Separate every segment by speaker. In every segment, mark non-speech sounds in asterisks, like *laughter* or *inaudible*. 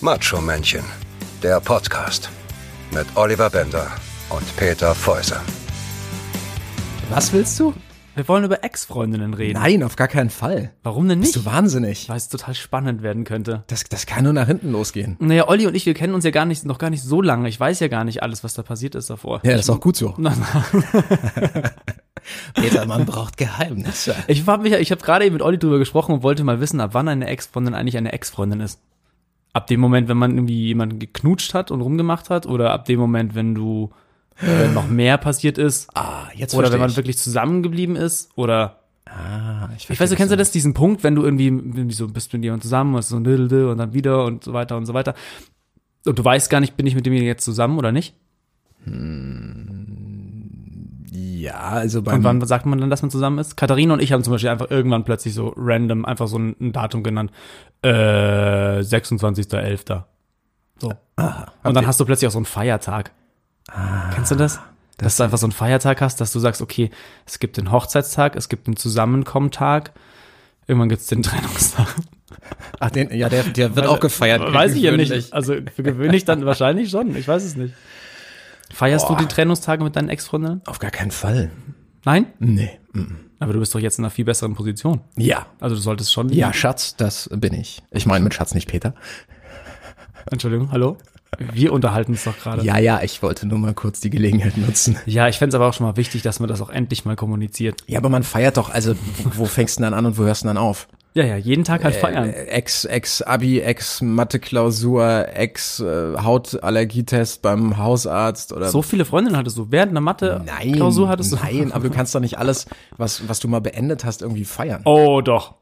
Speaker 1: Macho Männchen, der Podcast mit Oliver Bender und Peter Fäuser.
Speaker 2: Was willst du?
Speaker 3: Wir wollen über Ex-Freundinnen reden.
Speaker 2: Nein, auf gar keinen Fall.
Speaker 3: Warum denn
Speaker 2: Bist
Speaker 3: nicht?
Speaker 2: du wahnsinnig?
Speaker 3: Weil es total spannend werden könnte.
Speaker 2: Das, das kann nur nach hinten losgehen.
Speaker 3: Naja, Olli und ich, wir kennen uns ja gar nicht, noch gar nicht so lange. Ich weiß ja gar nicht alles, was da passiert ist davor.
Speaker 2: Ja, das ist auch gut so.
Speaker 3: Na, na.
Speaker 2: *laughs* Peter, man braucht Geheimnisse.
Speaker 3: Ich habe mich, ich habe gerade eben mit Olli drüber gesprochen und wollte mal wissen, ab wann eine Ex-Freundin eigentlich eine Ex-Freundin ist. Ab dem Moment, wenn man irgendwie jemanden geknutscht hat und rumgemacht hat, oder ab dem Moment, wenn du wenn noch mehr passiert ist,
Speaker 2: Ah, jetzt
Speaker 3: oder wenn
Speaker 2: verstehe
Speaker 3: man
Speaker 2: ich.
Speaker 3: wirklich zusammengeblieben ist, oder
Speaker 2: Ah, ich,
Speaker 3: Ich weiß, du kennst ja das, diesen Punkt, wenn du irgendwie, irgendwie so bist mit jemandem zusammen und es ist so ein Diddle und dann wieder und so weiter und so weiter. Und du weißt gar nicht, bin ich mit dem jetzt zusammen oder nicht?
Speaker 2: Ja, also
Speaker 3: Und
Speaker 2: beim,
Speaker 3: wann sagt man dann, dass man zusammen ist? Katharina und ich haben zum Beispiel einfach irgendwann plötzlich so random einfach so ein, ein Datum genannt. Äh, 26.11. So. und dann hast du plötzlich auch so einen Feiertag. Kennst du Ah, das? Dass du einfach so einen Feiertag hast, dass du sagst, okay, es gibt den Hochzeitstag, es gibt den Zusammenkommentag, irgendwann gibt's den *laughs* Trennungstag.
Speaker 2: ach, den, ja, der, der wird auch gefeiert.
Speaker 3: Weiß ich ja
Speaker 2: gewöhnlich.
Speaker 3: nicht. Also für gewöhnlich dann wahrscheinlich schon. Ich weiß es nicht. Feierst
Speaker 2: Boah.
Speaker 3: du die Trennungstage mit deinen Ex-Freundinnen?
Speaker 2: Auf gar keinen Fall.
Speaker 3: Nein?
Speaker 2: Nee.
Speaker 3: Aber du bist doch jetzt in einer viel besseren Position.
Speaker 2: Ja.
Speaker 3: Also du solltest schon.
Speaker 2: Ja, Schatz, das bin ich. Ich meine mit Schatz nicht Peter.
Speaker 3: Entschuldigung, hallo? Wir unterhalten uns doch gerade.
Speaker 2: Ja, ja, ich wollte nur mal kurz die Gelegenheit nutzen.
Speaker 3: Ja, ich fänd's aber auch schon mal wichtig, dass man das auch endlich mal kommuniziert.
Speaker 2: Ja, aber man feiert doch, also wo fängst du denn dann an und wo hörst du denn dann auf?
Speaker 3: Ja, ja, jeden Tag halt feiern.
Speaker 2: Äh, Ex, ex Abi, ex Mathe-Klausur, ex äh, Hautallergietest beim Hausarzt oder
Speaker 3: So viele Freundinnen hattest du. Während einer
Speaker 2: Nein,
Speaker 3: Mathe-Klausur hattest du.
Speaker 2: nein, aber du kannst doch nicht alles, was, was du mal beendet hast, irgendwie feiern.
Speaker 3: Oh doch,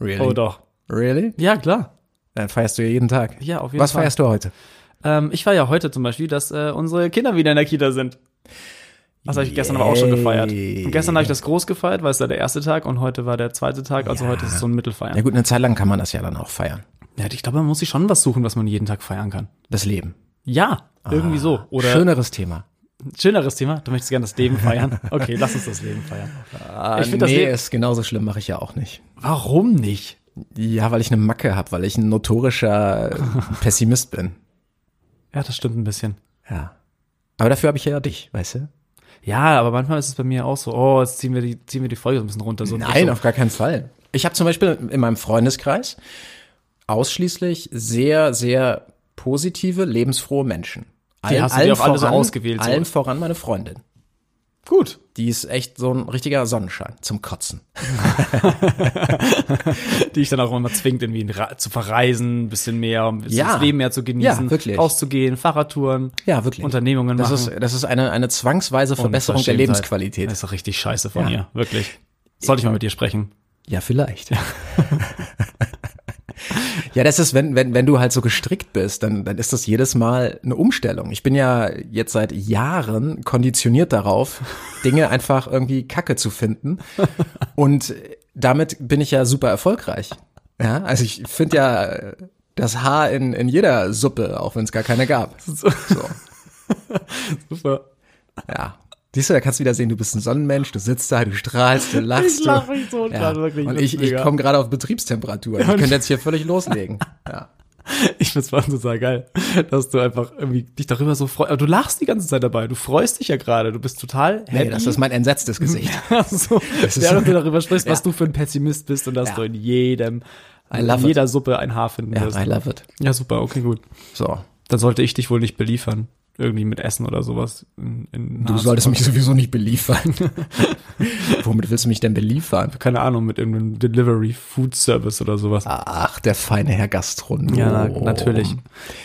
Speaker 2: really?
Speaker 3: oh doch.
Speaker 2: Really?
Speaker 3: Ja, klar.
Speaker 2: Dann feierst du ja jeden Tag.
Speaker 3: Ja, auf jeden
Speaker 2: Was
Speaker 3: Fall.
Speaker 2: feierst du heute?
Speaker 3: Ähm, ich war ja heute zum Beispiel, dass äh, unsere Kinder wieder in der Kita sind. Das habe ich gestern aber auch schon
Speaker 2: Yay.
Speaker 3: gefeiert. Und gestern habe ich das groß gefeiert, weil es da der erste Tag und heute war der zweite Tag, also heute ist so ein Mittelfeiern.
Speaker 2: Ja gut, eine Zeit lang kann man das ja dann auch feiern.
Speaker 3: Ja, ich glaube, man muss sich schon was suchen, was man jeden Tag feiern kann.
Speaker 2: Das Leben.
Speaker 3: Ja, irgendwie so.
Speaker 2: Ah,
Speaker 3: Oder
Speaker 2: Schöneres Thema.
Speaker 3: schöneres Thema. Du möchtest gerne
Speaker 2: *laughs*
Speaker 3: das Leben feiern. Okay, lass uns das Leben feiern.
Speaker 2: Ah,
Speaker 3: Ich find das
Speaker 2: nee,
Speaker 3: Le-
Speaker 2: ist genauso schlimm, mache ich ja auch nicht.
Speaker 3: Warum nicht?
Speaker 2: Ja, weil ich eine Macke habe, weil ich ein
Speaker 3: *laughs*
Speaker 2: notorischer Pessimist bin.
Speaker 3: Ja, das stimmt ein bisschen.
Speaker 2: Ja. Aber dafür habe ich ja dich, weißt du?
Speaker 3: Ja, aber manchmal ist es bei mir auch so, oh, jetzt ziehen wir die, ziehen wir die Folge so ein bisschen runter. So
Speaker 2: Nein,
Speaker 3: so.
Speaker 2: auf gar keinen Fall. Ich habe zum Beispiel in meinem Freundeskreis ausschließlich sehr, sehr positive, lebensfrohe Menschen. Allen-
Speaker 3: hast du dir
Speaker 2: allen
Speaker 3: auf alle so ausgewählt, so.
Speaker 2: Allen voran meine Freundin.
Speaker 3: Gut.
Speaker 2: Die ist echt so ein richtiger Sonnenschein zum Kotzen.
Speaker 3: die ich dann auch immer zwingt, irgendwie in Ra- zu verreisen, ein bisschen mehr, um
Speaker 2: Ja.
Speaker 3: das Leben mehr zu genießen,
Speaker 2: Ja, wirklich.
Speaker 3: auszugehen, Fahrradtouren,
Speaker 2: Ja, wirklich.
Speaker 3: Unternehmungen
Speaker 2: Das
Speaker 3: machen.
Speaker 2: ist, das ist eine, eine zwangsweise Verbesserung der
Speaker 3: Unverschämtheit.
Speaker 2: Lebensqualität.
Speaker 3: halt. Das ist richtig scheiße von
Speaker 2: Ja.
Speaker 3: ihr, wirklich. Sollte ich mal mit dir sprechen.
Speaker 2: Ja, vielleicht. ja, das ist, wenn, wenn, wenn du halt so gestrickt bist, dann, dann ist das jedes Mal eine Umstellung. Ich bin ja jetzt seit Jahren konditioniert darauf, Dinge einfach irgendwie kacke zu finden. Und damit bin ich ja super erfolgreich. Ja, also ich finde ja äh, das Haar in, in jeder Suppe, auch wenn es gar keine gab. So.
Speaker 3: Super.
Speaker 2: Ja. Siehst du, da kannst du wieder sehen, du bist ein Sonnenmensch, du sitzt da, du strahlst, du lachst.
Speaker 3: Ich lach
Speaker 2: du-
Speaker 3: mich tot gerade, wirklich,
Speaker 2: Und
Speaker 3: das ist
Speaker 2: ich, ich
Speaker 3: mega.
Speaker 2: komme gerade auf Betriebstemperatur. Ich könnte jetzt hier völlig
Speaker 3: *laughs*
Speaker 2: loslegen. Ja.
Speaker 3: Ich find's vor allem total geil, dass du einfach irgendwie dich darüber so freust. Aber du lachst die ganze Zeit dabei. Du freust dich ja gerade. Du bist total happy.
Speaker 2: Nee,
Speaker 3: *laughs*
Speaker 2: das ist mein entsetztes Gesicht.
Speaker 3: so,
Speaker 2: Das ist-
Speaker 3: während du darüber sprichst, was
Speaker 2: Ja.
Speaker 3: du für ein Pessimist bist und dass
Speaker 2: Ja.
Speaker 3: du in jedem,
Speaker 2: I
Speaker 3: in
Speaker 2: love it.
Speaker 3: jeder Suppe ein Haar finden
Speaker 2: Ja,
Speaker 3: wirst.
Speaker 2: I love it.
Speaker 3: Ja, super, okay, gut.
Speaker 2: So.
Speaker 3: Dann sollte ich dich wohl nicht beliefern. Irgendwie mit Essen oder sowas. In, in
Speaker 2: Du solltest mich sowieso nicht beliefern. *laughs* Womit willst du mich denn beliefern?
Speaker 3: keine Ahnung, mit irgendeinem Delivery Food Service oder sowas.
Speaker 2: Ach, der feine Herr Gastronom.
Speaker 3: Ja, na, natürlich.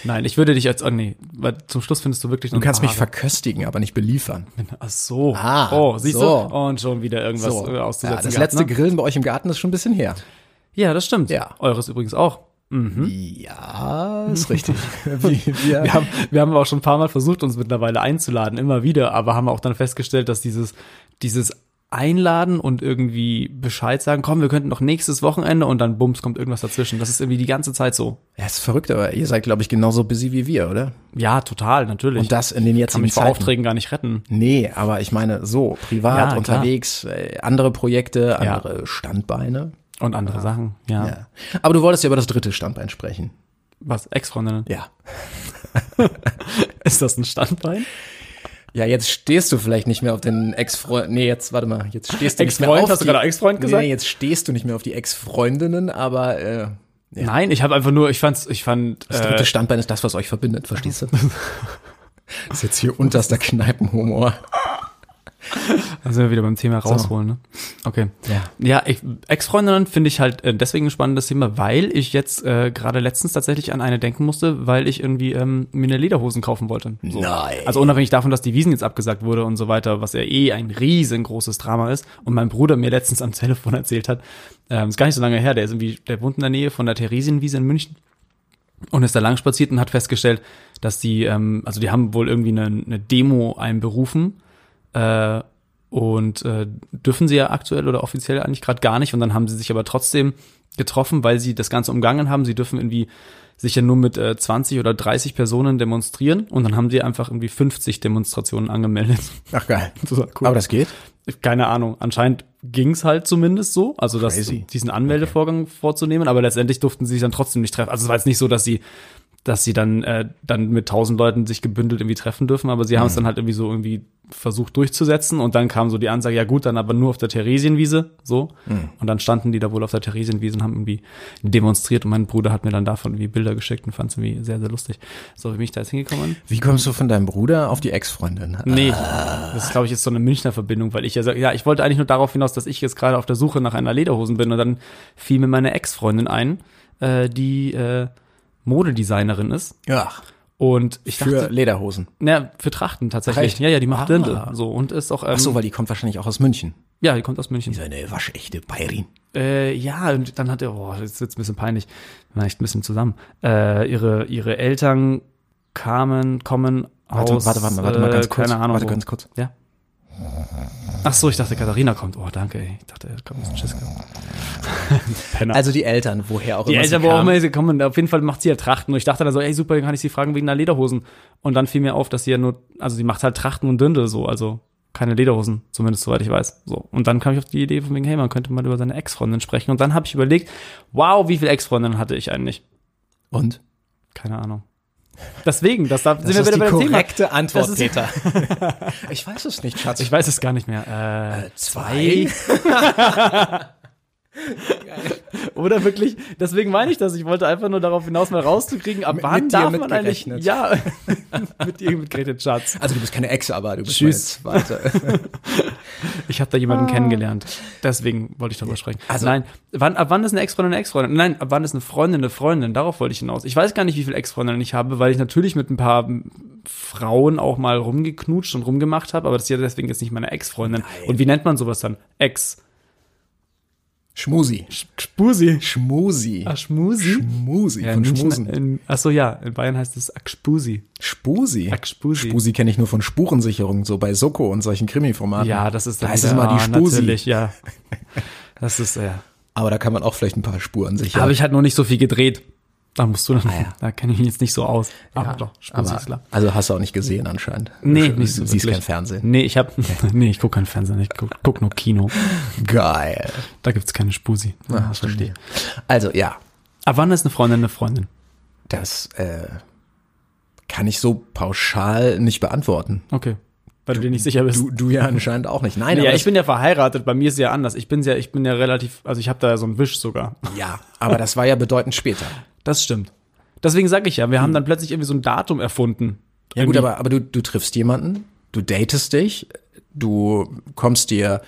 Speaker 3: Nein, ich würde dich als, oh nee, weil zum Schluss findest du wirklich noch
Speaker 2: Du kannst mich
Speaker 3: Haare.
Speaker 2: verköstigen, aber nicht beliefern.
Speaker 3: Ach so.
Speaker 2: Ah,
Speaker 3: oh, siehst
Speaker 2: so.
Speaker 3: du? Und schon wieder irgendwas äh, auszusetzen.
Speaker 2: ja, das
Speaker 3: gehabt,
Speaker 2: letzte
Speaker 3: ne?
Speaker 2: Grillen bei euch im Garten ist schon ein bisschen her.
Speaker 3: Ja, das stimmt.
Speaker 2: Ja.
Speaker 3: Eures übrigens auch.
Speaker 2: Ja, ist
Speaker 3: *laughs*
Speaker 2: richtig. *laughs* Wie, wir,
Speaker 3: Mhm. Wir haben, wir haben aber auch schon ein paar Mal versucht, uns mittlerweile einzuladen, immer wieder, aber haben auch dann festgestellt, dass dieses, dieses Einladen und irgendwie Bescheid sagen, komm, wir könnten noch nächstes Wochenende und dann bums kommt irgendwas dazwischen. Das ist irgendwie die ganze Zeit so.
Speaker 2: Ja, ist verrückt, aber ihr seid, glaube ich, genauso busy wie wir, oder?
Speaker 3: Ja, total, natürlich.
Speaker 2: Und das in den
Speaker 3: kann
Speaker 2: jetzigen
Speaker 3: mich vor
Speaker 2: Zeiten.
Speaker 3: Aufträgen gar nicht retten.
Speaker 2: Nee, aber ich meine, so,
Speaker 3: Ja,
Speaker 2: privat,
Speaker 3: klar.
Speaker 2: unterwegs, äh, andere Projekte,
Speaker 3: Ja.
Speaker 2: andere Standbeine.
Speaker 3: Und andere Sachen, ja.
Speaker 2: Ja. Aber du wolltest ja über das dritte Standbein sprechen.
Speaker 3: Was? Ex-Freundinnen?
Speaker 2: Ja.
Speaker 3: Ist das ein Standbein?
Speaker 2: Ja, jetzt stehst du vielleicht nicht mehr auf den Ex-Freund. Nee, jetzt, warte mal, jetzt stehst du nicht mehr
Speaker 3: Ex-Freund?
Speaker 2: auf
Speaker 3: Hast du
Speaker 2: die-
Speaker 3: gerade Ex-Freund gesagt?
Speaker 2: Nee, jetzt stehst du nicht mehr auf die Ex-Freundinnen, aber äh, ja.
Speaker 3: Nein, ich habe einfach nur, ich fand's, ich fand, äh,
Speaker 2: das dritte Standbein ist das, was euch verbindet, *laughs* verstehst du? das ist jetzt hier unterster Kneipenhumor.
Speaker 3: Dann sind wir wieder beim Thema rausholen, ne? Okay.
Speaker 2: Ja.
Speaker 3: Ja, ich- Ex-Freundinnen finde ich halt äh, deswegen ein spannendes Thema, weil ich jetzt äh, gerade letztens tatsächlich an eine denken musste, weil ich irgendwie ähm, mir eine Lederhosen kaufen wollte. So.
Speaker 2: Nein.
Speaker 3: Also unabhängig davon, dass die Wiesen jetzt abgesagt wurde und so weiter, was ja eh ein riesengroßes Drama ist. Und mein Bruder mir letztens am Telefon erzählt hat, ähm, ist gar nicht so lange her, der ist irgendwie, der wohnt in der Nähe von der Theresienwiese in München und ist da lang spaziert und hat festgestellt, dass die, ähm, also die haben wohl irgendwie eine, eine Demo einberufen äh, und äh, dürfen sie ja aktuell oder offiziell eigentlich gerade gar nicht und dann haben sie sich aber trotzdem getroffen, weil sie das Ganze umgangen haben. Sie dürfen irgendwie sicher nur mit äh, 20 oder 30 Personen demonstrieren und dann haben sie einfach irgendwie 50 Demonstrationen angemeldet. *laughs*
Speaker 2: Ach geil.
Speaker 3: Das war cool.
Speaker 2: Aber das geht?
Speaker 3: Keine Ahnung. Anscheinend ging's halt zumindest so, also das,
Speaker 2: Crazy.
Speaker 3: diesen Anmeldevorgang vorzunehmen, aber letztendlich durften sie sich dann trotzdem nicht treffen. Also es war jetzt nicht so, dass sie, dass sie dann, äh, dann mit tausend Leuten sich gebündelt irgendwie treffen dürfen, aber sie haben es dann halt irgendwie so irgendwie versucht durchzusetzen und dann kam so die Ansage, ja gut, dann aber nur auf der Theresienwiese, so. Und dann standen die da wohl auf der Theresienwiese und haben irgendwie demonstriert und mein Bruder hat mir dann davon irgendwie Bilder geschickt und fand es irgendwie sehr, sehr lustig. So, wie bin ich da jetzt hingekommen?
Speaker 2: Wie kommst du von deinem Bruder auf die Ex-Freundin?
Speaker 3: Nee, das ist, glaube ich, jetzt so eine Münchner Verbindung, weil ich ja sag- ja, ich wollte eigentlich nur darauf hinaus, dass ich jetzt gerade auf der Suche nach einer Lederhosen bin und dann fiel mir meine Ex-Freundin ein, äh, die äh, Modedesignerin ist.
Speaker 2: Ja.
Speaker 3: Und ich
Speaker 2: Für
Speaker 3: dachte,
Speaker 2: Lederhosen.
Speaker 3: na, für Trachten tatsächlich.
Speaker 2: Echt?
Speaker 3: Ja, ja, die macht
Speaker 2: Ah.
Speaker 3: Dirndl. So, und ist auch, ähm,
Speaker 2: Ach so, weil die kommt wahrscheinlich auch aus München.
Speaker 3: ja, die kommt aus München.
Speaker 2: Seine waschechte Bayerin.
Speaker 3: Äh, ja, und dann hat er, boah, das ist jetzt ein bisschen peinlich, war echt ein bisschen zusammen. Äh, ihre, ihre Eltern kamen, kommen
Speaker 2: Warte,
Speaker 3: aus,
Speaker 2: warte, warte, mal, warte mal ganz
Speaker 3: äh,
Speaker 2: kurz.
Speaker 3: keine Ahnung,
Speaker 2: warte
Speaker 3: wo.
Speaker 2: ganz kurz.
Speaker 3: Ja. Ach so, ich dachte, Katharina kommt. Oh, danke. ey. Ich dachte, er kommt aus dem Schiss. Penner.
Speaker 2: Also die Eltern, woher auch
Speaker 3: die
Speaker 2: immer sie
Speaker 3: Eltern, wo auch
Speaker 2: kamen.
Speaker 3: immer sie kommen, auf jeden Fall macht sie ja Trachten. Und ich dachte dann so, ey, super, dann kann ich sie fragen wegen einer Lederhosen. Und dann fiel mir auf, dass sie ja nur, also sie macht halt Trachten und Dündel so, also keine Lederhosen, zumindest soweit ich weiß. So. Und dann kam ich auf die Idee von wegen, hey, man könnte mal über seine Ex-Freundin sprechen. Und dann habe ich überlegt, wow, wie viele Ex-Freundinnen hatte ich eigentlich?
Speaker 2: Und?
Speaker 3: Keine Ahnung. Deswegen, das, da sind
Speaker 2: Das
Speaker 3: wir
Speaker 2: ist
Speaker 3: wieder
Speaker 2: die
Speaker 3: bei dem Thema.
Speaker 2: korrekte Antwort,
Speaker 3: Das ist-
Speaker 2: Peter.
Speaker 3: *laughs*
Speaker 2: ich weiß es nicht, Schatz.
Speaker 3: Ich weiß es gar nicht mehr. Äh,
Speaker 2: zwei?
Speaker 3: *laughs* Oder wirklich, deswegen meine ich das. Ich wollte einfach nur darauf hinaus mal rauszukriegen, ab
Speaker 2: Mit-
Speaker 3: wann
Speaker 2: mit dir
Speaker 3: darf man eigentlich.
Speaker 2: mitgerechnet.
Speaker 3: Ja, *laughs* mit dir mitgeredet, Schatz.
Speaker 2: Also du bist keine Ex, aber du bist
Speaker 3: Tschüss.
Speaker 2: meine
Speaker 3: *laughs*
Speaker 2: zweite.
Speaker 3: Ich habe da jemanden kennengelernt. Deswegen wollte ich darüber sprechen. Ah. Also, Nein, wann, ab wann ist eine Ex-Freundin eine Ex-Freundin? Nein, ab wann ist eine Freundin eine Freundin? Darauf wollte ich hinaus. Ich weiß gar nicht, wie viele Ex-Freundinnen ich habe, weil ich natürlich mit ein paar Frauen auch mal rumgeknutscht und rumgemacht habe, aber das ist ja deswegen jetzt nicht meine Ex-Freundin. Und wie nennt man sowas dann? Ex.
Speaker 2: Schmusi.
Speaker 3: Spusi.
Speaker 2: Schmusi.
Speaker 3: Ah, Schmusi?
Speaker 2: Schmusi
Speaker 3: Ja,
Speaker 2: von
Speaker 3: in München-
Speaker 2: Schmusen.
Speaker 3: In, ach so, ja, in Bayern heißt es Akspusi.
Speaker 2: Spusi.
Speaker 3: Ach, Spusi.
Speaker 2: Spusi kenne ich nur von Spurensicherung, so bei Soko und solchen Krimi-Formaten.
Speaker 3: Ja, das ist
Speaker 2: Da ist es mal die
Speaker 3: ah,
Speaker 2: Spusi.
Speaker 3: Natürlich, ja. *laughs* Das ist ja.
Speaker 2: Aber da kann man auch vielleicht ein paar Spuren sichern.
Speaker 3: Habe ich halt noch nicht so viel gedreht. Da musst du dann, *laughs* da kenne ich mich jetzt nicht so aus. Aber
Speaker 2: ja,
Speaker 3: doch, Spusi
Speaker 2: aber,
Speaker 3: ist klar.
Speaker 2: Also hast du auch nicht gesehen anscheinend.
Speaker 3: Nee,
Speaker 2: Du
Speaker 3: nicht so
Speaker 2: Siehst
Speaker 3: wirklich.
Speaker 2: kein Fernsehen.
Speaker 3: Nee, ich habe, *laughs* nee, ich gucke keinen Fernsehen, ich gucke guck nur Kino.
Speaker 2: Geil.
Speaker 3: Da gibt's keine Spusi. Hm. Ja, das Ah, verstehe.
Speaker 2: Also ja,
Speaker 3: Ab wann ist eine Freundin eine Freundin?
Speaker 2: das äh, kann ich so pauschal nicht beantworten.
Speaker 3: Okay. Weil du dir nicht sicher bist.
Speaker 2: Du, du ja anscheinend auch nicht. Nein,
Speaker 3: Nee, ja,
Speaker 2: aber
Speaker 3: ich bin ja verheiratet, bei mir ist es ja anders. Ich bin ja, ich bin ja relativ, also ich habe da ja so einen Wisch sogar.
Speaker 2: das, ja, aber das war ja bedeutend später.
Speaker 3: Das stimmt. Deswegen sage ich ja, wir haben dann plötzlich irgendwie so ein Datum erfunden.
Speaker 2: Hm. Ja gut, aber, aber du, du triffst jemanden, du datest dich, du kommst dir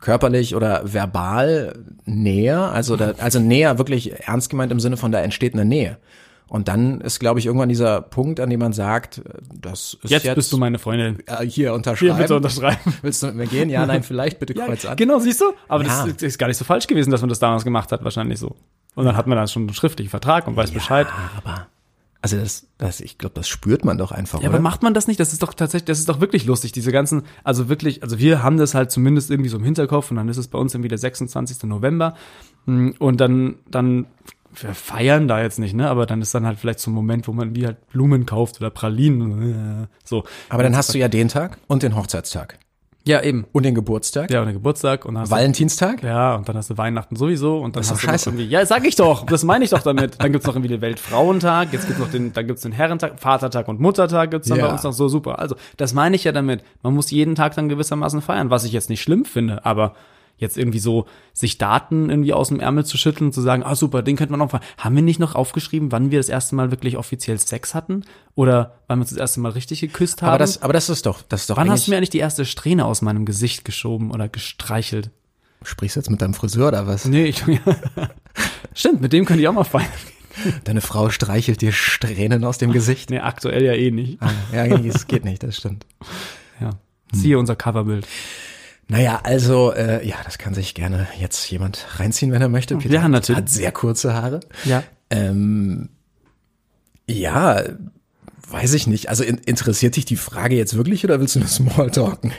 Speaker 2: körperlich oder verbal näher, also, da, also näher wirklich ernst gemeint im Sinne von, da entsteht eine Nähe. Und dann ist, glaube ich, irgendwann dieser Punkt, an dem man sagt, das ist
Speaker 3: Jetzt,
Speaker 2: jetzt,
Speaker 3: bist du meine Freundin.
Speaker 2: äh, hier unterschreiben.
Speaker 3: Hier bitte unterschreiben.
Speaker 2: Willst du mit mir gehen? Ja,
Speaker 3: *laughs*
Speaker 2: nein, vielleicht bitte kreuz an.
Speaker 3: Genau, siehst du? Aber
Speaker 2: Ja.
Speaker 3: das ist- ist gar nicht so falsch gewesen, dass man das damals gemacht hat, wahrscheinlich so. Und dann hat man dann schon einen schriftlichen Vertrag und weiß Bescheid.
Speaker 2: Ah, aber also das, das ich glaube, das spürt man doch einfach,
Speaker 3: Ja,
Speaker 2: oder?
Speaker 3: aber macht man das nicht? Das ist doch tatsächlich, das ist doch wirklich lustig, diese ganzen, also wirklich, also wir haben das halt zumindest irgendwie so im Hinterkopf und dann ist es bei uns irgendwie der 26. November Mm, und dann, dann, wir feiern da jetzt nicht, ne? Aber dann ist dann halt vielleicht so ein Moment, wo man wie halt Blumen kauft oder Pralinen, äh, so.
Speaker 2: aber dann hast du ja den Tag und den Hochzeitstag.
Speaker 3: Ja, eben.
Speaker 2: Und den Geburtstag.
Speaker 3: Ja, und der Geburtstag und dann hast du-
Speaker 2: Valentinstag.
Speaker 3: Ja, und dann hast du Weihnachten sowieso und dann
Speaker 2: ist
Speaker 3: hast
Speaker 2: doch
Speaker 3: du noch
Speaker 2: scheiße.
Speaker 3: irgendwie. Ja, sag ich doch, das meine ich doch damit. Dann gibt's noch irgendwie den Weltfrauentag, jetzt gibt's noch den, dann gibt's den Herrentag, Vatertag und Muttertag gibt's dann
Speaker 2: Ja.
Speaker 3: bei uns noch so super. Also, das meine ich ja damit. Man muss jeden Tag dann gewissermaßen feiern, was ich jetzt nicht schlimm finde, aber jetzt irgendwie so sich Daten irgendwie aus dem Ärmel zu schütteln und zu sagen, ah super, den könnte man auch feiern. Haben wir nicht noch aufgeschrieben, wann wir das erste Mal wirklich offiziell Sex hatten oder wann wir uns das erste Mal richtig geküsst haben?
Speaker 2: Aber das, aber das ist doch, das ist doch
Speaker 3: wann
Speaker 2: eigentlich,
Speaker 3: hast du mir eigentlich die erste Strähne aus meinem Gesicht geschoben oder gestreichelt?
Speaker 2: sprichst du jetzt mit deinem Friseur oder was?
Speaker 3: Nee, ich. *laughs* Stimmt, mit dem könnte ich auch mal feiern.
Speaker 2: Deine Frau streichelt dir Strähnen aus dem Gesicht.
Speaker 3: Nee, aktuell ja eh nicht.
Speaker 2: ja, es geht nicht, das stimmt.
Speaker 3: Ja. Siehe unser Coverbild.
Speaker 2: Naja, also, äh, ja, das kann sich gerne jetzt jemand reinziehen, wenn er möchte. Peter
Speaker 3: Ja,
Speaker 2: hat-
Speaker 3: natürlich.
Speaker 2: hat sehr kurze Haare.
Speaker 3: Ja.
Speaker 2: Ähm, ja, weiß ich nicht. Also in, interessiert dich die Frage jetzt wirklich oder willst du nur Smalltalken?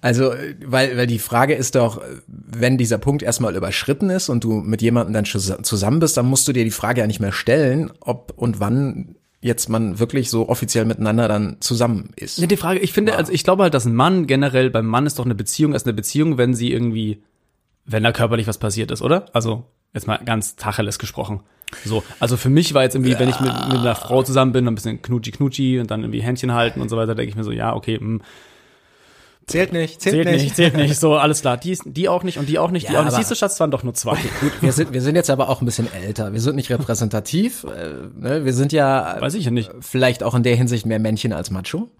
Speaker 2: Also, äh, weil, weil die Frage ist doch, äh, wenn dieser Punkt erstmal überschritten ist und du mit jemandem dann zus- zusammen bist, dann musst du dir die Frage ja nicht mehr stellen, ob und wann jetzt man wirklich so offiziell miteinander dann zusammen ist.
Speaker 3: Ja, die Frage, ich finde, also ich glaube halt, dass ein Mann generell, beim Mann ist doch eine Beziehung erst eine Beziehung, wenn sie irgendwie, wenn da körperlich was passiert ist, oder? Also, jetzt mal ganz tacheles gesprochen. So, also für mich war jetzt irgendwie, wenn ich mit, mit einer Frau zusammen bin, ein bisschen knutschi-knutschi und dann irgendwie Händchen halten und so weiter, denke ich mir so, ja, okay, mh,
Speaker 2: Zählt nicht,
Speaker 3: zählt nicht, zählt nicht, so, alles *laughs* klar, die, ist- die auch nicht und die auch nicht, die
Speaker 2: Ja,
Speaker 3: auch nicht.
Speaker 2: aber-
Speaker 3: Siehst du, Schatz, es waren doch nur *laughs* zwei.
Speaker 2: Wir sind, wir sind jetzt aber auch ein bisschen älter. Wir sind nicht repräsentativ. Äh, ne? Wir sind ja äh,
Speaker 3: Weiß ich ja nicht.
Speaker 2: vielleicht auch in der Hinsicht mehr Männchen als Macho.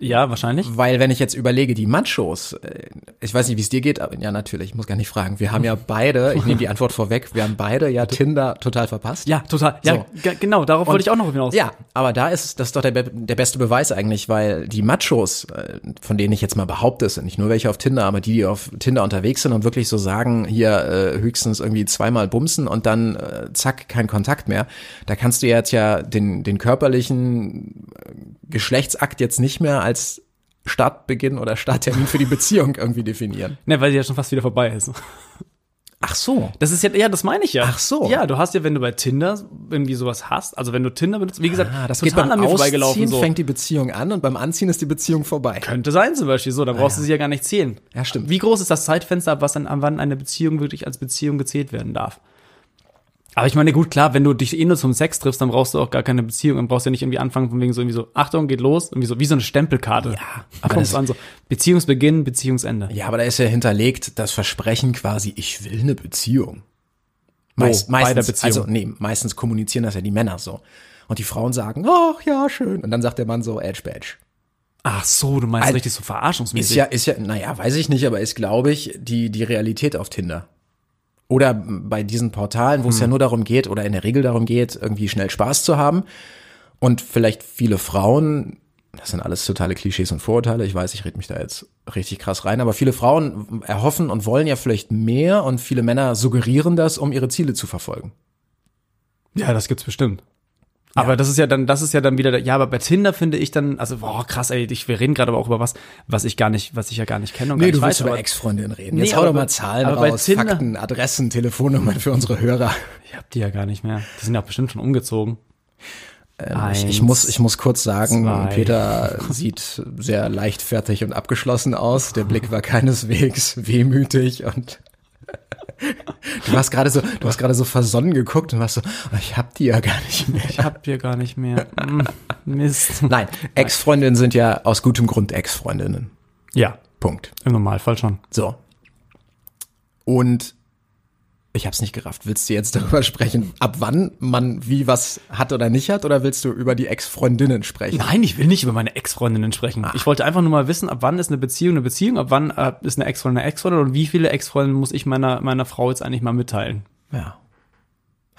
Speaker 3: Ja, wahrscheinlich.
Speaker 2: Weil wenn ich jetzt überlege, die Machos, äh, ich weiß nicht, wie es dir geht, aber ja natürlich, ich muss gar nicht fragen. Wir haben ja beide, ich nehme die Antwort vorweg, wir haben beide ja Tinder total verpasst.
Speaker 3: Ja, total. Ja,
Speaker 2: So.
Speaker 3: ge- genau, darauf wollte ich auch noch hinaus.
Speaker 2: Ja, aber da ist das ist doch der, be- der beste Beweis eigentlich, weil die Machos, äh, von denen ich jetzt mal behaupte, es sind nicht nur welche auf Tinder, aber die, die auf Tinder unterwegs sind und wirklich so sagen, hier äh, höchstens irgendwie zweimal bumsen und dann äh, zack, kein Kontakt mehr. Da kannst du jetzt ja den, den körperlichen äh, Geschlechtsakt jetzt nicht mehr als Startbeginn oder Starttermin für die Beziehung irgendwie definieren.
Speaker 3: Ne, weil sie ja schon fast wieder vorbei ist. *laughs*
Speaker 2: Ach so.
Speaker 3: Das ist ja, ja, das meine ich ja.
Speaker 2: Ach so.
Speaker 3: Ja, du hast ja, wenn du bei Tinder irgendwie sowas hast, also wenn du Tinder benutzt, wie gesagt,
Speaker 2: Ah, das geht
Speaker 3: total
Speaker 2: beim
Speaker 3: an mir
Speaker 2: Ausziehen,
Speaker 3: vorbeigelaufen so.
Speaker 2: fängt die Beziehung an und beim Anziehen ist die Beziehung vorbei.
Speaker 3: Könnte sein zum Beispiel so, dann brauchst du sie ja gar nicht zählen.
Speaker 2: Ja, stimmt.
Speaker 3: Wie groß ist das Zeitfenster, ab was dann, ab wann eine Beziehung wirklich als Beziehung gezählt werden darf? Aber ich meine, gut, klar, wenn du dich eh nur zum Sex triffst, dann brauchst du auch gar keine Beziehung, dann brauchst du ja nicht irgendwie anfangen von wegen so irgendwie so, Achtung, geht los, irgendwie so, wie so eine Stempelkarte. Ja, also-
Speaker 2: aber
Speaker 3: Kommst
Speaker 2: das-
Speaker 3: an so, Beziehungsbeginn, Beziehungsende.
Speaker 2: Ja, aber da ist ja hinterlegt das Versprechen quasi, ich will eine Beziehung.
Speaker 3: Wo? Oh, Bei der Beziehung.
Speaker 2: Also, nee, meistens kommunizieren das ja die Männer so. Und die Frauen sagen, ach ja, schön. Und dann sagt der Mann so, Edge Badge.
Speaker 3: Ach so, du meinst
Speaker 2: Also,
Speaker 3: richtig so
Speaker 2: Ist
Speaker 3: verarschungsmäßig.
Speaker 2: ja, ist ja, naja, weiß ich nicht, aber ist, glaube ich, die, die Realität auf Tinder. Oder bei diesen Portalen, wo es ja
Speaker 3: Hm.
Speaker 2: nur darum geht, oder in der Regel darum geht, irgendwie schnell Spaß zu haben. Und vielleicht viele Frauen, das sind alles totale Klischees und Vorurteile, ich weiß, ich rede mich da jetzt richtig krass rein, aber viele Frauen erhoffen und wollen ja vielleicht mehr und viele Männer suggerieren das, um ihre Ziele zu verfolgen.
Speaker 3: Ja, das gibt's bestimmt. Aber das ist ja dann, das ist ja dann wieder, der- ja, aber bei Tinder finde ich dann, also boah, krass, ey, ich, wir reden gerade aber auch über was, was ich gar nicht, was ich ja gar nicht kenne und gar nicht weiß, aber,
Speaker 2: Ex-Freundinnen reden.
Speaker 3: Nee,
Speaker 2: Jetzt hau
Speaker 3: aber
Speaker 2: doch
Speaker 3: bei-
Speaker 2: mal Zahlen
Speaker 3: aber bei
Speaker 2: raus,
Speaker 3: Tinder-
Speaker 2: Fakten, Adressen, Telefonnummern für unsere Hörer.
Speaker 3: ich hab die ja gar nicht mehr. Die sind ja auch bestimmt schon umgezogen.
Speaker 2: Ähm, Ich, ich, muss, ich muss kurz sagen,
Speaker 3: zwei.
Speaker 2: Peter sieht sehr leichtfertig und abgeschlossen aus. Der Blick war keineswegs *laughs* wehmütig und *laughs* du hast gerade so, du hast gerade so versonnen geguckt und warst so, "Oh, ich hab die ja gar nicht mehr.
Speaker 3: Ich hab die ja gar nicht mehr. Mm, Mist.
Speaker 2: Nein, Ex-Freundinnen sind ja aus gutem Grund Ex-Freundinnen.
Speaker 3: Ja,
Speaker 2: Punkt.
Speaker 3: im Normalfall schon.
Speaker 2: So. Und ich hab's nicht gerafft. Willst du jetzt darüber sprechen, ab wann man wie was hat oder nicht hat, oder willst du über die Ex-Freundinnen sprechen?
Speaker 3: Nein, ich will nicht über meine Ex-Freundinnen sprechen.
Speaker 2: Ah.
Speaker 3: Ich wollte einfach nur mal wissen, ab wann ist eine Beziehung eine Beziehung, ab wann äh, ist eine Ex-Freundin eine Ex-Freundin und wie viele Ex-Freundinnen muss ich meiner, meiner Frau jetzt eigentlich mal mitteilen?
Speaker 2: Ja.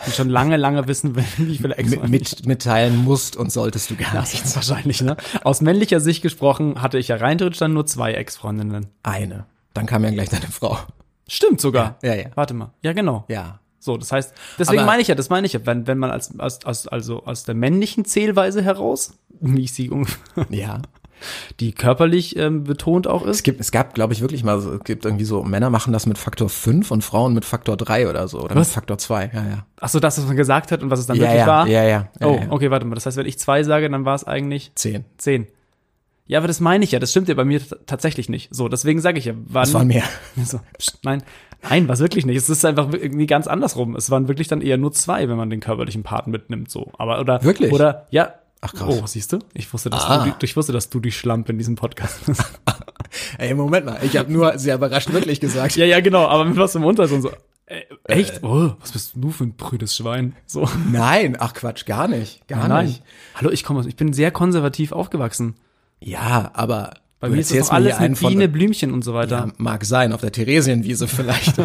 Speaker 3: Die schon lange, lange wissen will, *laughs* wie viele
Speaker 2: mit,
Speaker 3: Ex-Freundinnen.
Speaker 2: mit, mitteilen musst und solltest du gar nicht.
Speaker 3: Jetzt wahrscheinlich, ne? Aus männlicher Sicht gesprochen hatte ich ja rein theoretisch dann nur zwei Ex-Freundinnen.
Speaker 2: Eine. Dann kam ja gleich deine Frau.
Speaker 3: Stimmt sogar.
Speaker 2: Ja, ja, ja.
Speaker 3: Warte mal. Ja, genau.
Speaker 2: Ja.
Speaker 3: So, das heißt, deswegen
Speaker 2: Aber-
Speaker 3: meine ich ja, das meine ich ja, wenn, wenn man als, als, als, also aus der männlichen Zählweise heraus, wie ich sie ungefähr,
Speaker 2: Ja.
Speaker 3: *laughs* die körperlich ähm, betont auch
Speaker 2: Es
Speaker 3: ist.
Speaker 2: gibt, es gab, glaube ich, wirklich mal, so- es gibt irgendwie so, Männer machen das mit Faktor 5 und Frauen mit Faktor 3 oder so. Oder mit Faktor 2. Ja, ja.
Speaker 3: Ach so, das, was man gesagt hat und was es dann
Speaker 2: Ja,
Speaker 3: Ah, wirklich
Speaker 2: ja,
Speaker 3: war.
Speaker 2: ja, ja, ja,
Speaker 3: oh,
Speaker 2: ja.
Speaker 3: okay, warte mal. Das heißt, wenn ich zwei sage, dann war es eigentlich
Speaker 2: 10.
Speaker 3: zehn. Ja, aber das meine ich ja. Das stimmt ja bei mir t- tatsächlich nicht. So, deswegen sage ich ja, wann.
Speaker 2: Das waren mehr.
Speaker 3: *laughs* so, pst, nein, nein, war wirklich nicht. Es ist einfach irgendwie ganz andersrum. Es waren wirklich dann eher nur zwei, wenn man den körperlichen Part mitnimmt. So, aber oder
Speaker 2: Wirklich?
Speaker 3: Oder ja.
Speaker 2: Ach, krass.
Speaker 3: Oh, siehst du? Ich wusste, dass
Speaker 2: Ah.
Speaker 3: du, die- ich wusste, dass du die Schlampe in diesem Podcast
Speaker 2: *laughs*
Speaker 3: bist.
Speaker 2: Ey, Moment mal, ich habe nur sehr überrascht wirklich gesagt.
Speaker 3: ja, ja, genau. Aber mit was im Unterton so. Äh, echt? Oh, was bist du für ein brüdes Schwein? So.
Speaker 2: Nein, ach Quatsch, gar nicht, gar nicht.
Speaker 3: Hallo, ich komme aus. Ich bin sehr konservativ aufgewachsen.
Speaker 2: Ja, aber
Speaker 3: Bei
Speaker 2: du
Speaker 3: mir ist das
Speaker 2: erzählst
Speaker 3: doch alles
Speaker 2: hier einen
Speaker 3: mit
Speaker 2: von-
Speaker 3: Biene, Blümchen und so weiter.
Speaker 2: Ja, mag sein, auf der Theresienwiese
Speaker 3: *laughs*
Speaker 2: vielleicht.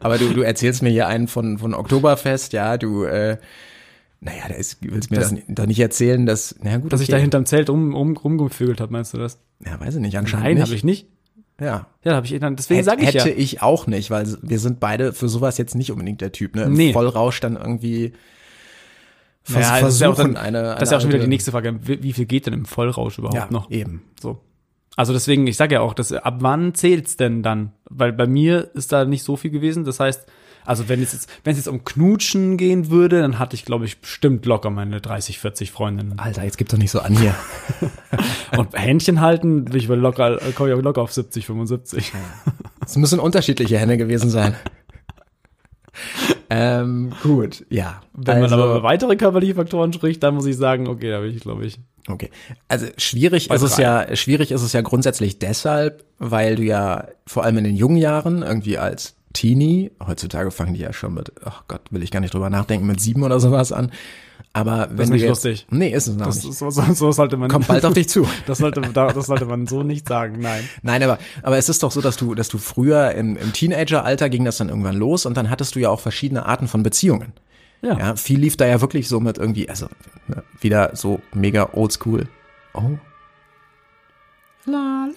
Speaker 2: Aber du, du erzählst mir hier einen von, von Oktoberfest, ja, du, äh, naja, da ist, willst mir das, doch nicht erzählen, dass, na gut,
Speaker 3: Dass ich da
Speaker 2: hinter
Speaker 3: hinterm Zelt rum, rum, rumgevögelt habe, meinst du das?
Speaker 2: Ja, weiß ich nicht, anscheinend
Speaker 3: Nein,
Speaker 2: nicht.
Speaker 3: habe ich nicht.
Speaker 2: Ja.
Speaker 3: Ja, habe ich dann. Deswegen sage ich
Speaker 2: hätte
Speaker 3: ja.
Speaker 2: ich auch nicht, weil wir sind beide für sowas jetzt nicht unbedingt der Typ, ne? Im
Speaker 3: Nee.
Speaker 2: Vollrausch dann irgendwie vers
Speaker 3: Naja, das ist ja auch
Speaker 2: versuchen
Speaker 3: dann-
Speaker 2: eine, eine
Speaker 3: Das ist ja auch schon wieder
Speaker 2: alte-
Speaker 3: die nächste Frage. Wie, wie viel geht denn im Vollrausch überhaupt
Speaker 2: ja,
Speaker 3: noch?
Speaker 2: Eben.
Speaker 3: So. Also deswegen, ich sage ja auch, dass, ab wann zählt's denn dann? Weil bei mir ist da nicht so viel gewesen. Das heißt, also wenn es jetzt, wenn es jetzt um Knutschen gehen würde, dann hatte ich, glaube ich, bestimmt locker meine 30,
Speaker 2: *laughs*
Speaker 3: 40 Freundinnen.
Speaker 2: Alter, jetzt gibt's doch nicht so an
Speaker 3: *laughs*
Speaker 2: hier.
Speaker 3: Und Händchen halten, bin ich wohl locker, komme ich auch locker auf 70, 75.
Speaker 2: Es müssen unterschiedliche Hände gewesen
Speaker 3: *laughs*
Speaker 2: sein. ähm, gut, ja. Also-
Speaker 3: Wenn man aber über weitere körperliche Faktoren spricht, dann muss ich sagen, okay, da bin ich, glaube ich.
Speaker 2: Okay. Also schwierig ist es ja, schwierig ist es ja grundsätzlich deshalb, weil du ja vor allem in den jungen Jahren irgendwie als Teenie, heutzutage fangen die ja schon mit, ach Gott, will ich gar nicht drüber nachdenken, mit sieben oder sowas an. Aber wenn
Speaker 3: ist
Speaker 2: du
Speaker 3: nicht
Speaker 2: jetzt,
Speaker 3: lustig.
Speaker 2: Nee, ist es noch
Speaker 3: Das,
Speaker 2: nicht.
Speaker 3: so, so, so sollte man.
Speaker 2: Kommt bald auf dich zu.
Speaker 3: *laughs* Das sollte, da- das sollte man so nicht sagen, nein.
Speaker 2: Nein, aber, aber es ist doch so, dass du, dass du früher im, im Teenageralter ging das dann irgendwann los und dann hattest du ja auch verschiedene Arten von Beziehungen.
Speaker 3: Ja.
Speaker 2: Ja, viel lief da ja wirklich so mit irgendwie, also ne, wieder so mega oldschool. Oh.
Speaker 3: Ja,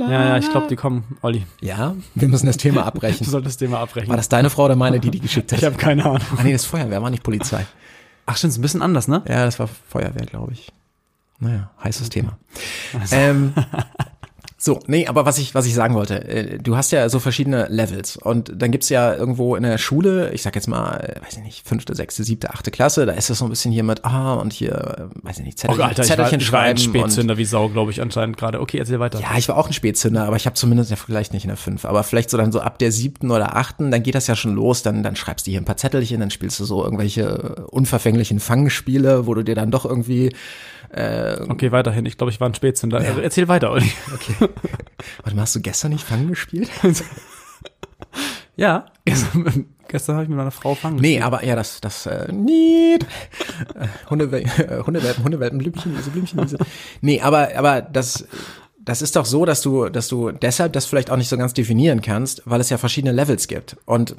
Speaker 3: ja, ich glaube, die kommen, Olli.
Speaker 2: Ja, wir müssen das Thema
Speaker 3: Du
Speaker 2: abbrechen.
Speaker 3: solltest das Thema abbrechen.
Speaker 2: War das deine Frau oder meine, die die geschickt
Speaker 3: Ich
Speaker 2: hat?
Speaker 3: habe keine Ahnung.
Speaker 2: Ah nee, das ist Feuerwehr, war nicht Polizei.
Speaker 3: Ach, stimmt, ist ein bisschen anders, ne?
Speaker 2: Ja, das war Feuerwehr, glaube ich. Naja, heißes Thema. Ähm, so, nee, aber was ich, was ich sagen wollte, äh, du hast ja so verschiedene Levels und dann gibt's ja irgendwo in der Schule, ich sag jetzt mal, äh, weiß ich nicht, fünfte, sechste, siebte, achte Klasse, da ist das so ein bisschen hier mit, ah, und hier, äh, weiß ich nicht, Zettelchen, Zettelchen schreiben. und,
Speaker 3: wie Sau, glaube ich, anscheinend gerade. Okay, erzähl weiter.
Speaker 2: ja, ich war auch ein Spätzünder, aber ich habe zumindest ja vielleicht nicht in der fünf, aber vielleicht so dann so ab der siebten oder achten, dann geht das ja schon los, dann, dann schreibst du hier ein paar Zettelchen, dann spielst du so irgendwelche äh, unverfänglichen Fangspiele, wo du dir dann doch irgendwie
Speaker 3: Okay, weiterhin. Ich glaube, ich war ein Spätzünder. Also, Erzähl weiter, Olli.
Speaker 2: *laughs* Warte mal, hast du gestern nicht Fangen gespielt?
Speaker 3: *laughs* Ja, *laughs* gestern, gestern habe ich mit meiner Frau fangen.
Speaker 2: nee, aber ja, das, das, äh, nicht. Äh, Hunde, äh, Hundewelpen, Hundewelpen, Blümchen, diese Blümchen, diese. Nee, aber, aber das, das ist doch so, dass du, dass du deshalb das vielleicht auch nicht so ganz definieren kannst, weil es ja verschiedene Levels gibt. Und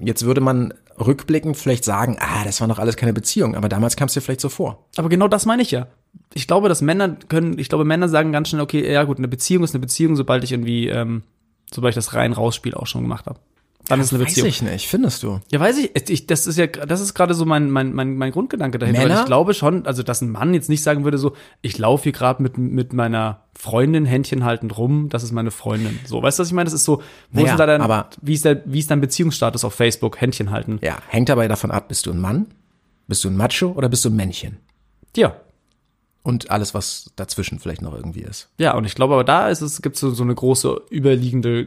Speaker 2: jetzt würde man rückblickend vielleicht sagen, ah, das waren doch alles keine Beziehungen, aber damals kam es dir vielleicht so vor.
Speaker 3: Aber genau das meine ich ja. Ich glaube, dass Männer können, ich glaube, Männer sagen ganz schnell, okay, ja gut, eine Beziehung ist eine Beziehung, sobald ich irgendwie, ähm, sobald ich das rein-raus-Spiel auch schon gemacht habe. Dann ist es eine Beziehung.
Speaker 2: Weiß ich nicht, findest du?
Speaker 3: Ja, weiß ich. ich das ist ja, das ist gerade so mein, mein, mein, mein Grundgedanke dahinter.
Speaker 2: Männer?
Speaker 3: Weil ich glaube schon, also dass ein Mann jetzt nicht sagen würde, so, ich laufe hier gerade mit, mit meiner Freundin Händchen haltend rum, das ist meine Freundin. So, weißt du, was ich meine? Das ist so, wo
Speaker 2: Naja,
Speaker 3: ist denn da dein,
Speaker 2: aber-
Speaker 3: wie ist der, wie ist dein Beziehungsstatus auf Facebook? Händchen halten.
Speaker 2: Ja, hängt dabei davon ab, bist du ein Mann, bist du ein Macho oder bist du ein Männchen?
Speaker 3: Ja.
Speaker 2: Und alles, was dazwischen vielleicht noch irgendwie ist.
Speaker 3: Ja, und ich glaube, aber da ist es, gibt so, so eine große überliegende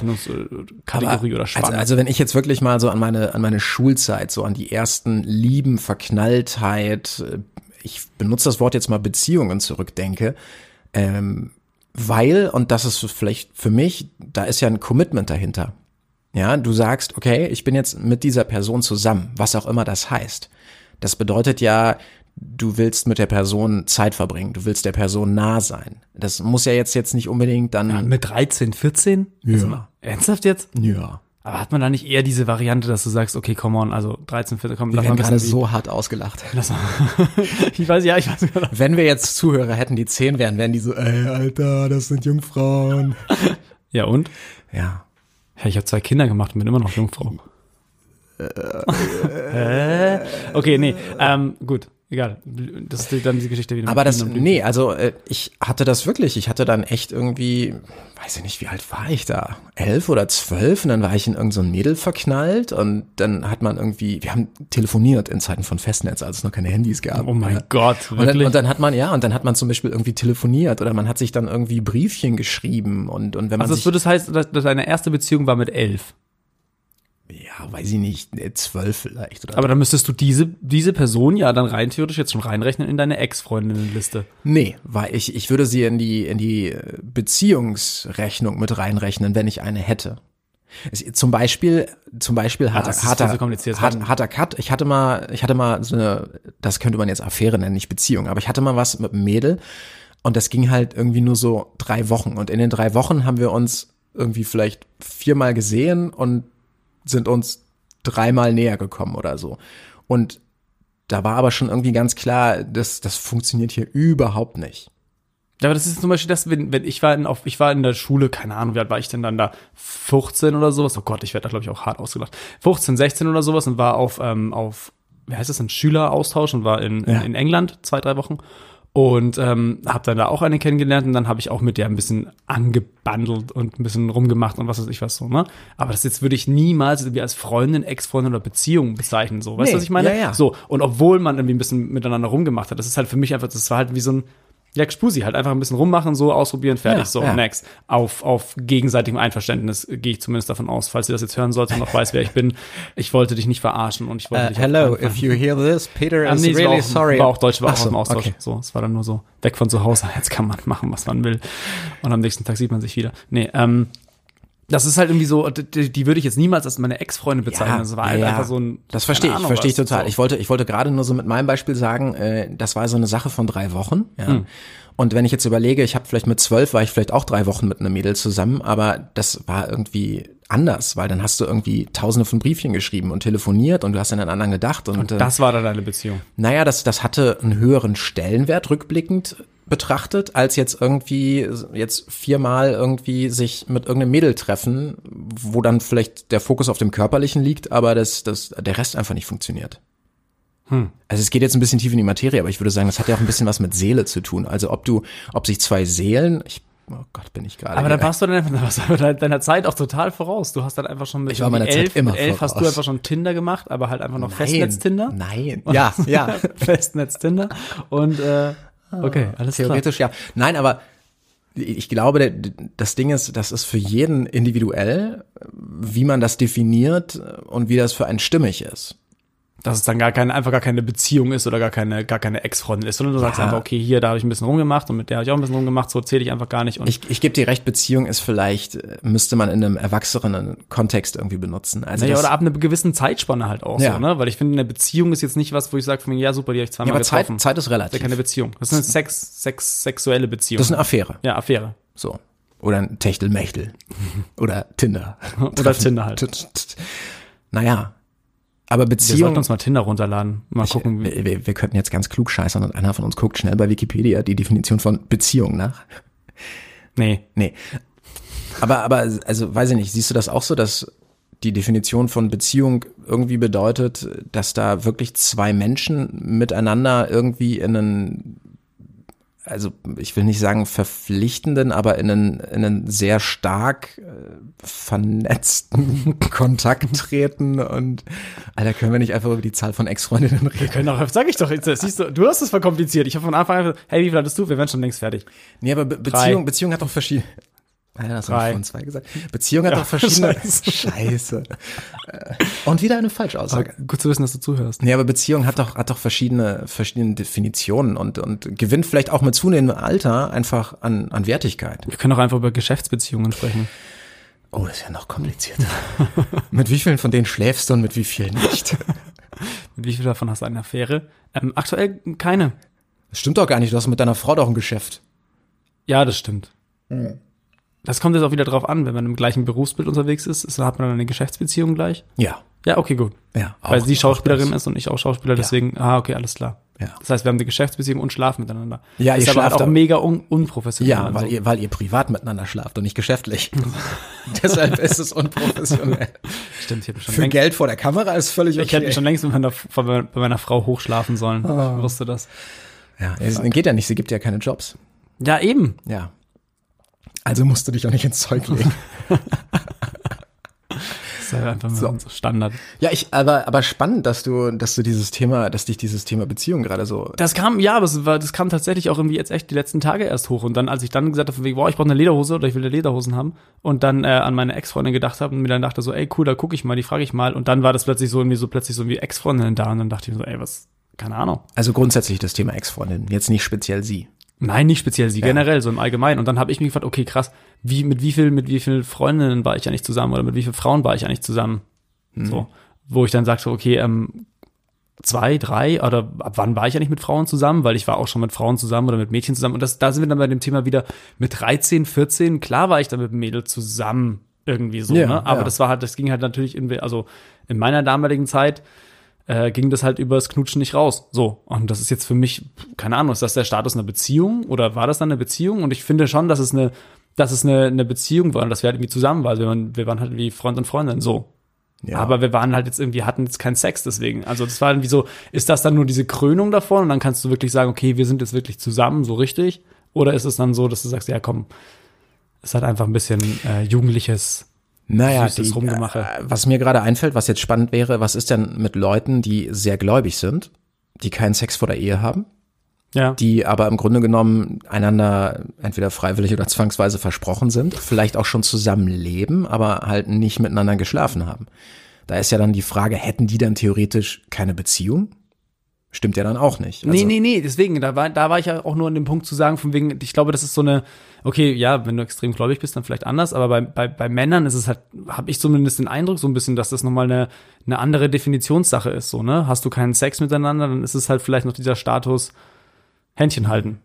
Speaker 2: Aber-
Speaker 3: Bezeichnungskategorie oder Spanne.
Speaker 2: Also, also wenn ich jetzt wirklich mal so an meine, an meine Schulzeit, so an die ersten Lieben, Verknalltheit, äh, ich benutze das Wort jetzt mal Beziehungen zurückdenke, ähm, weil, und das ist vielleicht für mich, da ist ja ein Commitment dahinter. Ja, du sagst, okay, ich bin jetzt mit dieser Person zusammen, was auch immer das heißt. Das bedeutet ja, du willst mit der Person Zeit verbringen, du willst der Person nah sein. Das muss ja jetzt, jetzt nicht unbedingt dann,
Speaker 3: mit 13, 14? Also mal- Ernsthaft jetzt?
Speaker 2: ja.
Speaker 3: Aber hat man da nicht eher diese Variante, dass du sagst, okay, come on, also 13, 14, komm,
Speaker 2: Wir
Speaker 3: lass mal
Speaker 2: werden
Speaker 3: ein
Speaker 2: gerade
Speaker 3: bisschen wie-
Speaker 2: so hart ausgelacht.
Speaker 3: Das ich weiß, ja, ich weiß genau.
Speaker 2: Wenn wir jetzt Zuhörer hätten, die zehn wären, wären die so, ey, Alter, das sind Jungfrauen.
Speaker 3: Ja, und?
Speaker 2: Ja.
Speaker 3: Ja, ich habe zwei Kinder gemacht und bin immer noch Äh. Jungfrau. Hä? okay, nee, ähm, gut. Egal, das ist dann die Geschichte wieder. mit
Speaker 2: Aber das,
Speaker 3: Bienen und Blümchen.
Speaker 2: nee, also äh, ich hatte das wirklich. Ich hatte dann echt irgendwie, weiß ich nicht, wie alt war ich da? Elf oder zwölf? Und dann war ich in irgendein so ein Mädel verknallt und dann hat man irgendwie, wir haben telefoniert in Zeiten von Festnetz, als es noch keine Handys gab.
Speaker 3: Oh mein Gott,
Speaker 2: Und dann,
Speaker 3: wirklich?
Speaker 2: und dann hat man, ja, und dann hat man zum Beispiel irgendwie telefoniert oder man hat sich dann irgendwie Briefchen geschrieben und, und wenn man
Speaker 3: also es
Speaker 2: sich,
Speaker 3: würde das heißen, dass, dass deine erste Beziehung war mit elf.
Speaker 2: ja, weiß ich nicht, ne, zwölf vielleicht oder
Speaker 3: Aber dann müsstest du diese, diese Person ja dann rein theoretisch jetzt schon reinrechnen in deine Ex-Freundinnenliste.
Speaker 2: Nee, weil ich, ich würde sie in die, in die äh, Beziehungsrechnung mit reinrechnen, wenn ich eine hätte. Es, zum Beispiel, zum Beispiel harter,
Speaker 3: das ist
Speaker 2: harter,
Speaker 3: viel zu kompliziert.
Speaker 2: harter, harter Cut. Ich hatte mal, ich hatte mal so eine, das könnte man jetzt Affäre nennen, nicht Beziehung, aber ich hatte mal was mit einem Mädel und das ging halt irgendwie nur so drei Wochen und in den drei Wochen haben wir uns irgendwie vielleicht viermal gesehen und sind uns dreimal näher gekommen oder so. Und da war aber schon irgendwie ganz klar, das, das funktioniert hier überhaupt nicht.
Speaker 3: Ja, aber das ist zum Beispiel das, wenn, wenn ich war in, auf, ich war in der Schule, keine Ahnung, wie alt war ich denn dann da? 15 oder sowas? Oh Gott, ich werde da, glaube ich, auch hart ausgelacht. 15, 16 oder sowas und war auf, ähm, auf, wie heißt das denn, Schüleraustausch und war in,
Speaker 2: Ja.
Speaker 3: in, in England zwei, drei Wochen. Und ähm, habe dann da auch eine kennengelernt und dann habe ich auch mit der ein bisschen angebandelt und ein bisschen rumgemacht und was weiß ich was so, ne? Aber das jetzt würde ich niemals irgendwie als Freundin, Ex-Freundin oder Beziehung bezeichnen, so. Weißt du,
Speaker 2: Nee,
Speaker 3: was ich meine?
Speaker 2: ja, ja.
Speaker 3: So, und obwohl man irgendwie ein bisschen miteinander rumgemacht hat, das ist halt für mich einfach, das war halt wie so ein ja, Gspusi, halt einfach ein bisschen rummachen, so ausprobieren, fertig,
Speaker 2: Ja,
Speaker 3: so,
Speaker 2: ja.
Speaker 3: next. Auf, auf gegenseitigem Einverständnis äh, gehe ich zumindest davon aus, falls ihr das jetzt hören solltet und noch weiß, wer ich bin. Ich wollte dich nicht verarschen und ich wollte dich.
Speaker 2: Äh, you hear this, Peter
Speaker 3: Ah, nee, es war, auch, war auch Deutsch, war auch im Austausch. So, es war dann nur so, weg von zu Hause, jetzt kann man machen, was man will. Und am nächsten Tag sieht man sich wieder. Nee, ähm, das ist halt irgendwie so, die, die würde ich jetzt niemals als meine Ex-Freundin bezeichnen. das war halt einfach so ein.
Speaker 2: das verstehe
Speaker 3: keine
Speaker 2: ich,
Speaker 3: Ahnung
Speaker 2: verstehe ich
Speaker 3: was,
Speaker 2: total.
Speaker 3: so.
Speaker 2: Ich wollte, ich wollte gerade nur so mit meinem Beispiel sagen, äh, das war so eine Sache von drei Wochen. Ja.
Speaker 3: Hm.
Speaker 2: Und wenn ich jetzt überlege, ich habe vielleicht mit zwölf war ich vielleicht auch drei Wochen mit einem Mädel zusammen, aber das war irgendwie anders, weil dann hast du irgendwie Tausende von Briefchen geschrieben und telefoniert und du hast an einen anderen gedacht und, äh,
Speaker 3: das war dann eine Beziehung.
Speaker 2: Naja, das, das hatte einen höheren Stellenwert rückblickend betrachtet, als jetzt irgendwie jetzt viermal irgendwie sich mit irgendeinem Mädel treffen, wo dann vielleicht der Fokus auf dem Körperlichen liegt, aber das, das, der Rest einfach nicht funktioniert.
Speaker 3: Hm.
Speaker 2: Also es geht jetzt ein bisschen tief in die Materie, aber ich würde sagen, das hat ja auch ein bisschen was mit Seele zu tun. Also ob du, ob sich zwei Seelen, ich, oh Gott, bin ich gerade.
Speaker 3: Aber dann
Speaker 2: hier-
Speaker 3: warst du *laughs* dann dann warst du deiner, deiner Zeit auch total voraus. Du hast dann einfach schon mit
Speaker 2: Ich war meiner
Speaker 3: irgendwie
Speaker 2: Zeit
Speaker 3: elf,
Speaker 2: immer
Speaker 3: mit elf hast du
Speaker 2: voraus.
Speaker 3: einfach schon Tinder gemacht, aber halt einfach noch
Speaker 2: Nein,
Speaker 3: Festnetz-Tinder. *laughs*
Speaker 2: Nein,
Speaker 3: Oh.
Speaker 2: ja, ja. Ah,
Speaker 3: Festnetz-Tinder. Und äh, okay, alles klar.
Speaker 2: Theoretisch ja. Nein, aber ich glaube, der- das Ding ist, das ist für jeden individuell, wie man das definiert und wie das für einen stimmig ist.
Speaker 3: Dass es dann gar keine, einfach gar keine Beziehung ist oder gar keine, gar keine Ex-Freundin ist, sondern du sagst einfach, okay, hier, da habe ich ein bisschen rumgemacht und mit der habe ich auch ein bisschen rumgemacht, so zähle ich einfach gar nicht. Und
Speaker 2: Ich, ich gebe dir recht, Beziehung ist vielleicht, äh, müsste man in einem erwachsenen Kontext irgendwie benutzen. Also
Speaker 3: naja,
Speaker 2: das,
Speaker 3: oder ab einer gewissen Zeitspanne halt auch
Speaker 2: Ja.
Speaker 3: so, ne? Weil ich finde, eine Beziehung ist jetzt nicht was, wo ich sage, von mir, ja super, die habe ich zweimal
Speaker 2: ja, aber Zeit,
Speaker 3: getroffen.
Speaker 2: Zeit ist
Speaker 3: das ist
Speaker 2: relativ.
Speaker 3: ja keine Beziehung. Das ist eine Sex, Sex, sexuelle Beziehung.
Speaker 2: Das ist eine Affäre.
Speaker 3: ja, Affäre. *laughs*
Speaker 2: So. Oder ein Techtelmechtel. oder Tinder.
Speaker 3: Oder Tinder halt.
Speaker 2: *laughs* Naja. Aber
Speaker 3: Wir
Speaker 2: Beziehung.
Speaker 3: sollten uns mal Tinder runterladen. Mal gucken. wie-
Speaker 2: Wir, wir, wir könnten jetzt ganz klug scheißern und einer von uns guckt schnell bei Wikipedia die Definition von Beziehung nach.
Speaker 3: Nee.
Speaker 2: Nee. Aber, aber, also, weiß ich nicht, siehst du das auch so, dass die Definition von Beziehung irgendwie bedeutet, dass da wirklich zwei Menschen miteinander irgendwie in einen, also, ich will nicht sagen verpflichtenden, aber in einen, in einen sehr stark äh, vernetzten *laughs* Kontakt treten und, Alter, können wir nicht einfach über die Zahl von Ex-Freundinnen reden?
Speaker 3: Können auch, sag ich doch, jetzt, siehst du, du hast es verkompliziert. Ich habe von Anfang an gesagt, hey, wie viel hattest du? Wir wären schon längst fertig.
Speaker 2: Nee, aber Be Beziehung, Beziehung hat doch verschiedene. *laughs* Alter, das
Speaker 3: Drei.
Speaker 2: haben schon zwei gesagt. Beziehung hat
Speaker 3: Ja,
Speaker 2: doch verschiedene.
Speaker 3: scheiße.
Speaker 2: *laughs* Scheiße. Äh, Und wieder eine Falschaussage.
Speaker 3: Gut zu wissen, dass du zuhörst.
Speaker 2: Nee, aber Beziehung hat doch, hat doch verschiedene, verschiedene Definitionen und, und gewinnt vielleicht auch mit zunehmendem Alter einfach an, an Wertigkeit.
Speaker 3: Wir können auch einfach über Geschäftsbeziehungen sprechen.
Speaker 2: Oh, das ist ja noch komplizierter. *laughs* mit wie vielen von denen schläfst du und mit wie vielen *laughs* nicht?
Speaker 3: Mit wie viel davon hast du eine Affäre? Ähm, aktuell keine.
Speaker 2: Das stimmt doch gar nicht. Du hast mit deiner Frau doch ein Geschäft.
Speaker 3: Ja, das stimmt. Hm. Das kommt jetzt auch wieder drauf an, wenn man im gleichen Berufsbild unterwegs ist, ist hat man dann eine Geschäftsbeziehung gleich.
Speaker 2: Ja.
Speaker 3: Ja, okay, gut.
Speaker 2: Ja.
Speaker 3: Weil
Speaker 2: auch-
Speaker 3: sie
Speaker 2: auch
Speaker 3: Schauspielerin
Speaker 2: das.
Speaker 3: ist und ich auch Schauspieler, deswegen, ah, okay, alles klar.
Speaker 2: Ja.
Speaker 3: Das heißt, wir haben eine Geschäftsbeziehung und schlafen miteinander.
Speaker 2: Ja,
Speaker 3: ist
Speaker 2: ihr
Speaker 3: aber halt
Speaker 2: schlaft
Speaker 3: auch
Speaker 2: aber-
Speaker 3: mega un unprofessionell.
Speaker 2: Ja, also
Speaker 3: und
Speaker 2: weil
Speaker 3: so.
Speaker 2: ihr, weil ihr privat miteinander schlaft und nicht *laughs* geschäftlich. Deshalb ist es unprofessionell.
Speaker 3: Stimmt, ich habe schon
Speaker 2: Für
Speaker 3: längst,
Speaker 2: Geld vor der Kamera ist völlig okay. Ah.
Speaker 3: ich hätte mich schon längst mit meiner, von meiner- bei meiner Frau hochschlafen sollen. Ich wusste das.
Speaker 2: ja, es geht ja nicht, sie gibt ja keine Jobs.
Speaker 3: Ja, eben.
Speaker 2: Ja. Also musst du dich auch nicht ins Zeug legen.
Speaker 3: Das ist halt einfach mal unser Standard.
Speaker 2: *laughs* ja, ich, aber, aber spannend, dass du, dass du dieses Thema, dass dich dieses Thema Beziehung gerade so.
Speaker 3: Das kam, ja, aber es war, das kam tatsächlich auch irgendwie jetzt echt die letzten Tage erst hoch. Und dann, als ich dann gesagt habe, von wegen, boah, ich brauche eine Lederhose oder ich will eine Lederhosen haben und dann äh, an meine Ex-Freundin gedacht habe und mir dann dachte so, ey, cool, da gucke ich mal, die frage ich mal. Und dann war das plötzlich so irgendwie so plötzlich so wie Ex-Freundin da und dann dachte ich mir so, ey, was, keine Ahnung.
Speaker 2: Also grundsätzlich das Thema Ex-Freundin, jetzt nicht speziell sie.
Speaker 3: Nein, nicht speziell sie, generell, so im Allgemeinen. Und dann habe ich mich gefragt, okay, krass, wie, mit wie viel, mit wie vielen Freundinnen war ich eigentlich zusammen oder mit wie vielen Frauen war ich eigentlich zusammen?
Speaker 2: Mhm.
Speaker 3: So. Wo ich dann sagte, okay, ähm, zwei, drei oder ab wann war ich eigentlich mit Frauen zusammen? Weil ich war auch schon mit Frauen zusammen oder mit Mädchen zusammen. Und das, da sind wir dann bei dem Thema wieder mit 13, 14, klar war ich dann mit einem Mädel zusammen irgendwie so,
Speaker 2: Ja,
Speaker 3: ne? Aber
Speaker 2: ja.
Speaker 3: das war halt, das ging halt natürlich in, also in meiner damaligen Zeit, äh, ging das halt übers Knutschen nicht raus. So. Und das ist jetzt für mich, pf, keine Ahnung, ist das der Status einer Beziehung oder war das dann eine Beziehung? Und ich finde schon, dass es eine, dass es eine, eine Beziehung war und dass wir halt irgendwie zusammen waren. Wir waren, wir waren halt wie Freund und Freundin, so.
Speaker 2: Ja.
Speaker 3: Aber wir waren halt jetzt irgendwie, hatten jetzt keinen Sex deswegen. Also das war irgendwie so, ist das dann nur diese Krönung davon und dann kannst du wirklich sagen, okay, wir sind jetzt wirklich zusammen, so richtig? Oder ist es dann so, dass du sagst, ja komm, es hat einfach ein bisschen äh, jugendliches
Speaker 2: Naja,
Speaker 3: Süßes Rumgemache.
Speaker 2: äh, was mir gerade einfällt, was jetzt spannend wäre, was ist denn mit Leuten, die sehr gläubig sind, die keinen Sex vor der Ehe haben,
Speaker 3: ja.
Speaker 2: die aber im Grunde genommen einander entweder freiwillig oder zwangsweise versprochen sind, vielleicht auch schon zusammenleben, aber halt nicht miteinander geschlafen haben. Da ist ja dann die Frage, hätten die dann theoretisch keine Beziehung? Stimmt ja dann auch nicht. Also,
Speaker 3: nee, nee, nee, deswegen, da war, da war ich ja auch nur an dem Punkt zu sagen, von wegen, ich glaube, das ist so eine, okay, ja, wenn du extrem gläubig bist, dann vielleicht anders, aber bei, bei, bei Männern ist es halt, habe ich zumindest den Eindruck so ein bisschen, dass das nochmal eine, eine andere Definitionssache ist, so, ne? Hast du keinen Sex miteinander, dann ist es halt vielleicht noch dieser Status Händchen halten,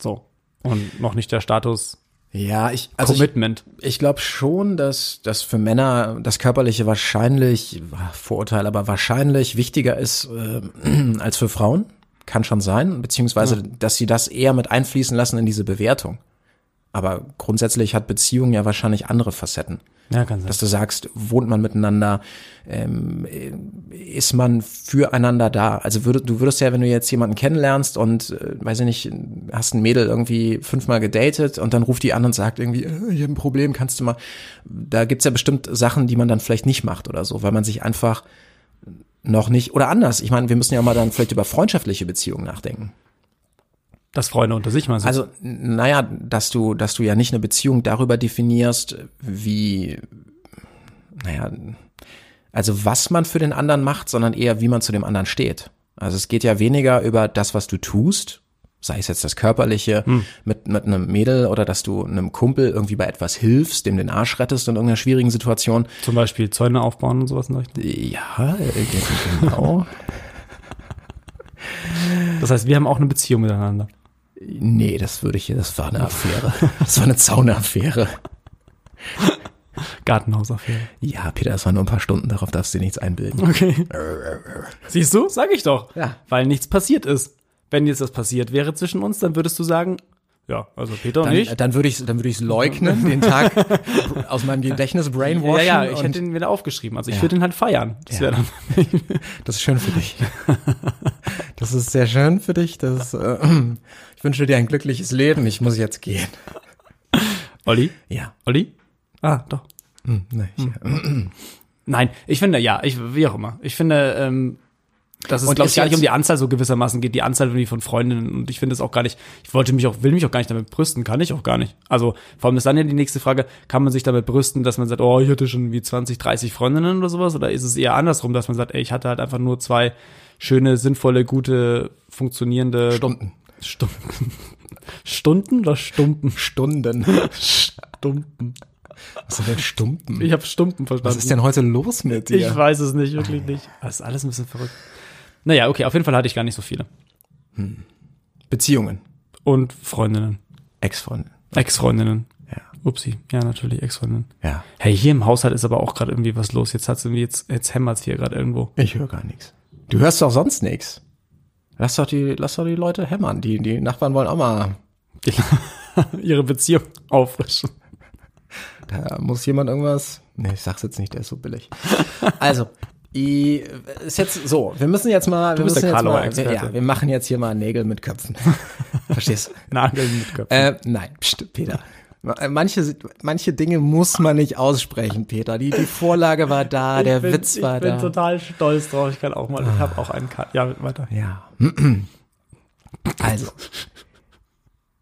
Speaker 3: so. Und noch nicht der Status
Speaker 2: Ja, ich, also ich,
Speaker 3: Commitment.
Speaker 2: ich glaube schon, dass dass für Männer das Körperliche wahrscheinlich, Vorurteil, aber wahrscheinlich wichtiger ist ähm, *clears throat* als für Frauen. Kann schon sein, beziehungsweise, dass sie das eher mit einfließen lassen in diese Bewertung. Aber grundsätzlich hat Beziehung ja wahrscheinlich andere Facetten.
Speaker 3: ja, kann sein.
Speaker 2: Dass du sagst, wohnt man miteinander, ähm, äh, ist man füreinander da. Also würd, du würdest ja, wenn du jetzt jemanden kennenlernst und, äh, weiß ich nicht, hast ein Mädel irgendwie fünfmal gedatet und dann ruft die an und sagt irgendwie, äh, ich habe ein Problem, kannst du mal. Da gibt's ja bestimmt Sachen, die man dann vielleicht nicht macht oder so, weil man sich einfach noch nicht, oder anders. Ich meine, wir müssen ja auch mal dann vielleicht über freundschaftliche Beziehungen nachdenken.
Speaker 3: Dass Freunde unter sich mal sind.
Speaker 2: Also, n- naja, dass du, dass du ja nicht eine Beziehung darüber definierst, wie, naja, also was man für den anderen macht, sondern eher, wie man zu dem anderen steht. Also es geht ja weniger über das, was du tust, sei es jetzt das Körperliche, mit, mit einem Mädel oder dass du einem Kumpel irgendwie bei etwas hilfst, dem den Arsch rettest in irgendeiner schwierigen Situation.
Speaker 3: Zum Beispiel Zäune aufbauen und sowas. in der Richtung.
Speaker 2: Ja, äh, genau. Äh.
Speaker 3: Das heißt, wir haben auch eine Beziehung miteinander.
Speaker 2: nee, das würde ich, das war eine Affäre. Das war eine Zaunaffäre.
Speaker 3: Gartenhausaffäre.
Speaker 2: Ja, Peter, das waren nur ein paar Stunden, darauf darfst du dir nichts einbilden.
Speaker 3: Okay. Siehst du, sag ich doch.
Speaker 2: Ja.
Speaker 3: Weil nichts passiert ist. Wenn jetzt das passiert wäre zwischen uns, dann würdest du sagen, ja, also Peter und
Speaker 2: Dann,
Speaker 3: ich.
Speaker 2: dann würde ich dann würde ich es leugnen, den Tag aus meinem Gedächtnis
Speaker 3: Ja,
Speaker 2: brainwashen.
Speaker 3: ja, ich
Speaker 2: und-
Speaker 3: hätte ihn wieder aufgeschrieben. Also ich
Speaker 2: Ja.
Speaker 3: würde ihn halt feiern. Das
Speaker 2: Ja.
Speaker 3: wäre dann.
Speaker 2: das ist schön für dich. Das ist sehr schön für dich. Das, äh, ich wünsche dir ein glückliches Leben. Ich muss jetzt gehen.
Speaker 3: Olli?
Speaker 2: Ja.
Speaker 3: Olli? Ah, doch.
Speaker 2: Hm, nee, ich,
Speaker 3: Nein, ich finde, ja, ich, wie auch immer. Ich finde, ähm, dass es,
Speaker 2: Und
Speaker 3: glaube ich,
Speaker 2: ist
Speaker 3: gar nicht
Speaker 2: jetzt-
Speaker 3: um die Anzahl so gewissermaßen geht, die Anzahl irgendwie von Freundinnen. Und ich finde es auch gar nicht, ich wollte mich auch, will mich auch gar nicht damit brüsten, kann ich auch gar nicht. Also, vor allem ist dann ja die nächste Frage, kann man sich damit brüsten, dass man sagt, oh, ich hatte schon wie 20, 30 Freundinnen oder sowas? Oder ist es eher andersrum, dass man sagt, ey, ich hatte halt einfach nur zwei schöne, sinnvolle, gute, funktionierende
Speaker 2: Stunden.
Speaker 3: Stunden. *laughs* Stunden oder Stumpen?
Speaker 2: Stunden.
Speaker 3: Stumpen.
Speaker 2: Was sind denn Stumpen?
Speaker 3: Ich habe Stumpen verstanden.
Speaker 2: Was ist denn heute los mit dir?
Speaker 3: Ich weiß es nicht, wirklich nicht. Das ist alles ein bisschen verrückt. Naja, okay, auf jeden Fall hatte ich gar nicht so viele.
Speaker 2: Beziehungen.
Speaker 3: Und Freundinnen.
Speaker 2: Ex-Freunde.
Speaker 3: Ex-Freundinnen.
Speaker 2: Ja.
Speaker 3: Upsi. Ja, natürlich, Ex-Freundinnen.
Speaker 2: Ja.
Speaker 3: Hey, hier im Haushalt ist aber auch gerade irgendwie was los. Jetzt hat's irgendwie, jetzt, jetzt hämmert's hier gerade irgendwo.
Speaker 2: Ich höre gar nichts. Du hörst doch sonst nichts. Lass doch die, lass doch die Leute hämmern. Die, die Nachbarn wollen auch mal.
Speaker 3: *laughs* Ihre Beziehung auffrischen.
Speaker 2: Da Äh, muss jemand irgendwas. Nee, ich sag's jetzt nicht, der ist so billig.
Speaker 3: *laughs*
Speaker 2: Also, i- ist jetzt so, wir müssen jetzt mal, wir
Speaker 3: bist
Speaker 2: müssen
Speaker 3: der
Speaker 2: jetzt mal,
Speaker 3: Karlauer-Experte.
Speaker 2: ja, wir machen jetzt hier mal Nägel mit
Speaker 3: *laughs*
Speaker 2: Köpfen. Verstehst?
Speaker 3: Nageln mit Köpfen.
Speaker 2: Äh, nein, pst, Peter. Ma- Manche, manche Dinge muss man nicht aussprechen, Peter. Die, die Vorlage war da, der Witz war
Speaker 3: ich bin
Speaker 2: da. Ah.
Speaker 3: total stolz drauf. Ich kann auch mal, ich habe auch einen Cut. Ja, weiter.
Speaker 2: Ja. Also.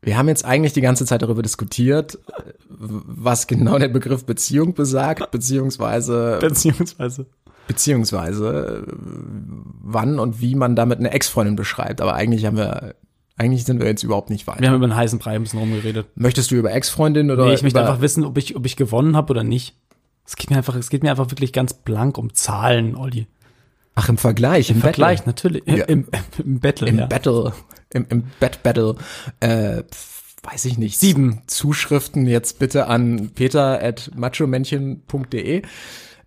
Speaker 2: Wir haben jetzt eigentlich die ganze Zeit darüber diskutiert, äh, w- was genau der Begriff Beziehung besagt, beziehungsweise,
Speaker 3: Beziehungsweise.
Speaker 2: beziehungsweise, äh, wann und wie man damit eine Ex-Freundin beschreibt. Aber eigentlich haben wir, eigentlich sind wir jetzt überhaupt nicht weit.
Speaker 3: Wir haben über einen heißen Brei ein bisschen rumgeredet.
Speaker 2: Möchtest du über Ex-Freundin oder
Speaker 3: Nee, ich möchte
Speaker 2: über,
Speaker 3: einfach wissen, ob ich, ob ich gewonnen habe oder nicht. Es geht mir einfach, es geht mir einfach wirklich ganz blank um Zahlen, Olli.
Speaker 2: ach, im Vergleich, im, Battle.
Speaker 3: Vergleich, natürlich.
Speaker 2: Ja.
Speaker 3: Im, Im Battle.
Speaker 2: im
Speaker 3: ja.
Speaker 2: Battle, im, im Bad Battle, äh, pf, weiß ich nicht.
Speaker 3: Sieben.
Speaker 2: Zuschriften jetzt bitte an peter at machomännchen.de.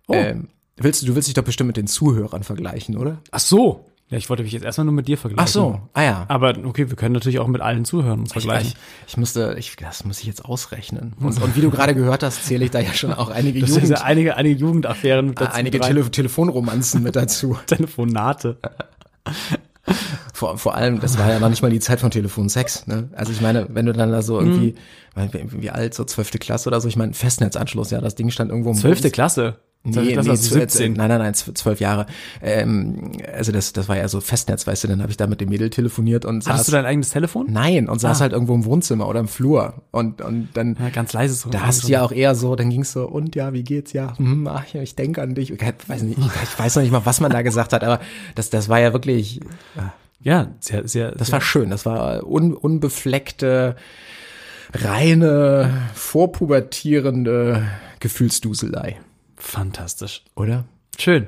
Speaker 3: Oh.
Speaker 2: Ähm, willst du, du willst dich doch bestimmt mit den Zuhörern vergleichen, oder?
Speaker 3: Ach so. Ja, ich wollte mich jetzt erstmal nur mit dir vergleichen.
Speaker 2: ah ja.
Speaker 3: Aber okay, wir können natürlich auch mit allen Zuhörern uns
Speaker 2: Ich,
Speaker 3: vergleichen.
Speaker 2: ich, ich musste, ich, das muss ich jetzt *laughs* ausrechnen. Und, und wie du gerade gehört hast, zähle ich da ja schon auch einige
Speaker 3: Das sind
Speaker 2: Jugend,
Speaker 3: ja einige, einige Jugendaffären mit dazu
Speaker 2: einige Äh,
Speaker 3: rein.
Speaker 2: Tele Telefonromanzen mit dazu.
Speaker 3: Telefonate.
Speaker 2: *laughs* Vor, vor allem, das war ja noch nicht mal die Zeit von Telefonsex. Ne? Also ich meine, wenn du dann da so irgendwie, weil wir- wie alt, so zwölfte Klasse oder so, ich meine, Festnetzanschluss, ja, das Ding stand irgendwo im
Speaker 3: Zwölfte Klasse. Zwölfte
Speaker 2: Nee, äh, nee,
Speaker 3: Klasse, also
Speaker 2: zwölf-
Speaker 3: 17.
Speaker 2: Nein, nein, nein, zw- zwölf Jahre. Ähm, also das, das war ja so Festnetz, weißt du, dann habe ich da mit dem Mädel telefoniert und
Speaker 3: Hattest
Speaker 2: saß.
Speaker 3: du dein eigenes Telefon?
Speaker 2: nein, und saß halt irgendwo im Wohnzimmer oder im Flur. Und, und dann.
Speaker 3: Ja, ganz leises. so.
Speaker 2: Da hast du ja auch eher so, dann ging's so, und ja, wie geht's? Ja, hm, ach ja, ich denke an dich. Ich weiß nicht, ich weiß noch nicht mal, was man da gesagt hat, aber das, das war ja wirklich,
Speaker 3: Ja, sehr, sehr.
Speaker 2: das war schön. Das war un, unbefleckte, reine, vorpubertierende Gefühlsduselei,
Speaker 3: fantastisch.
Speaker 2: oder?
Speaker 3: Schön.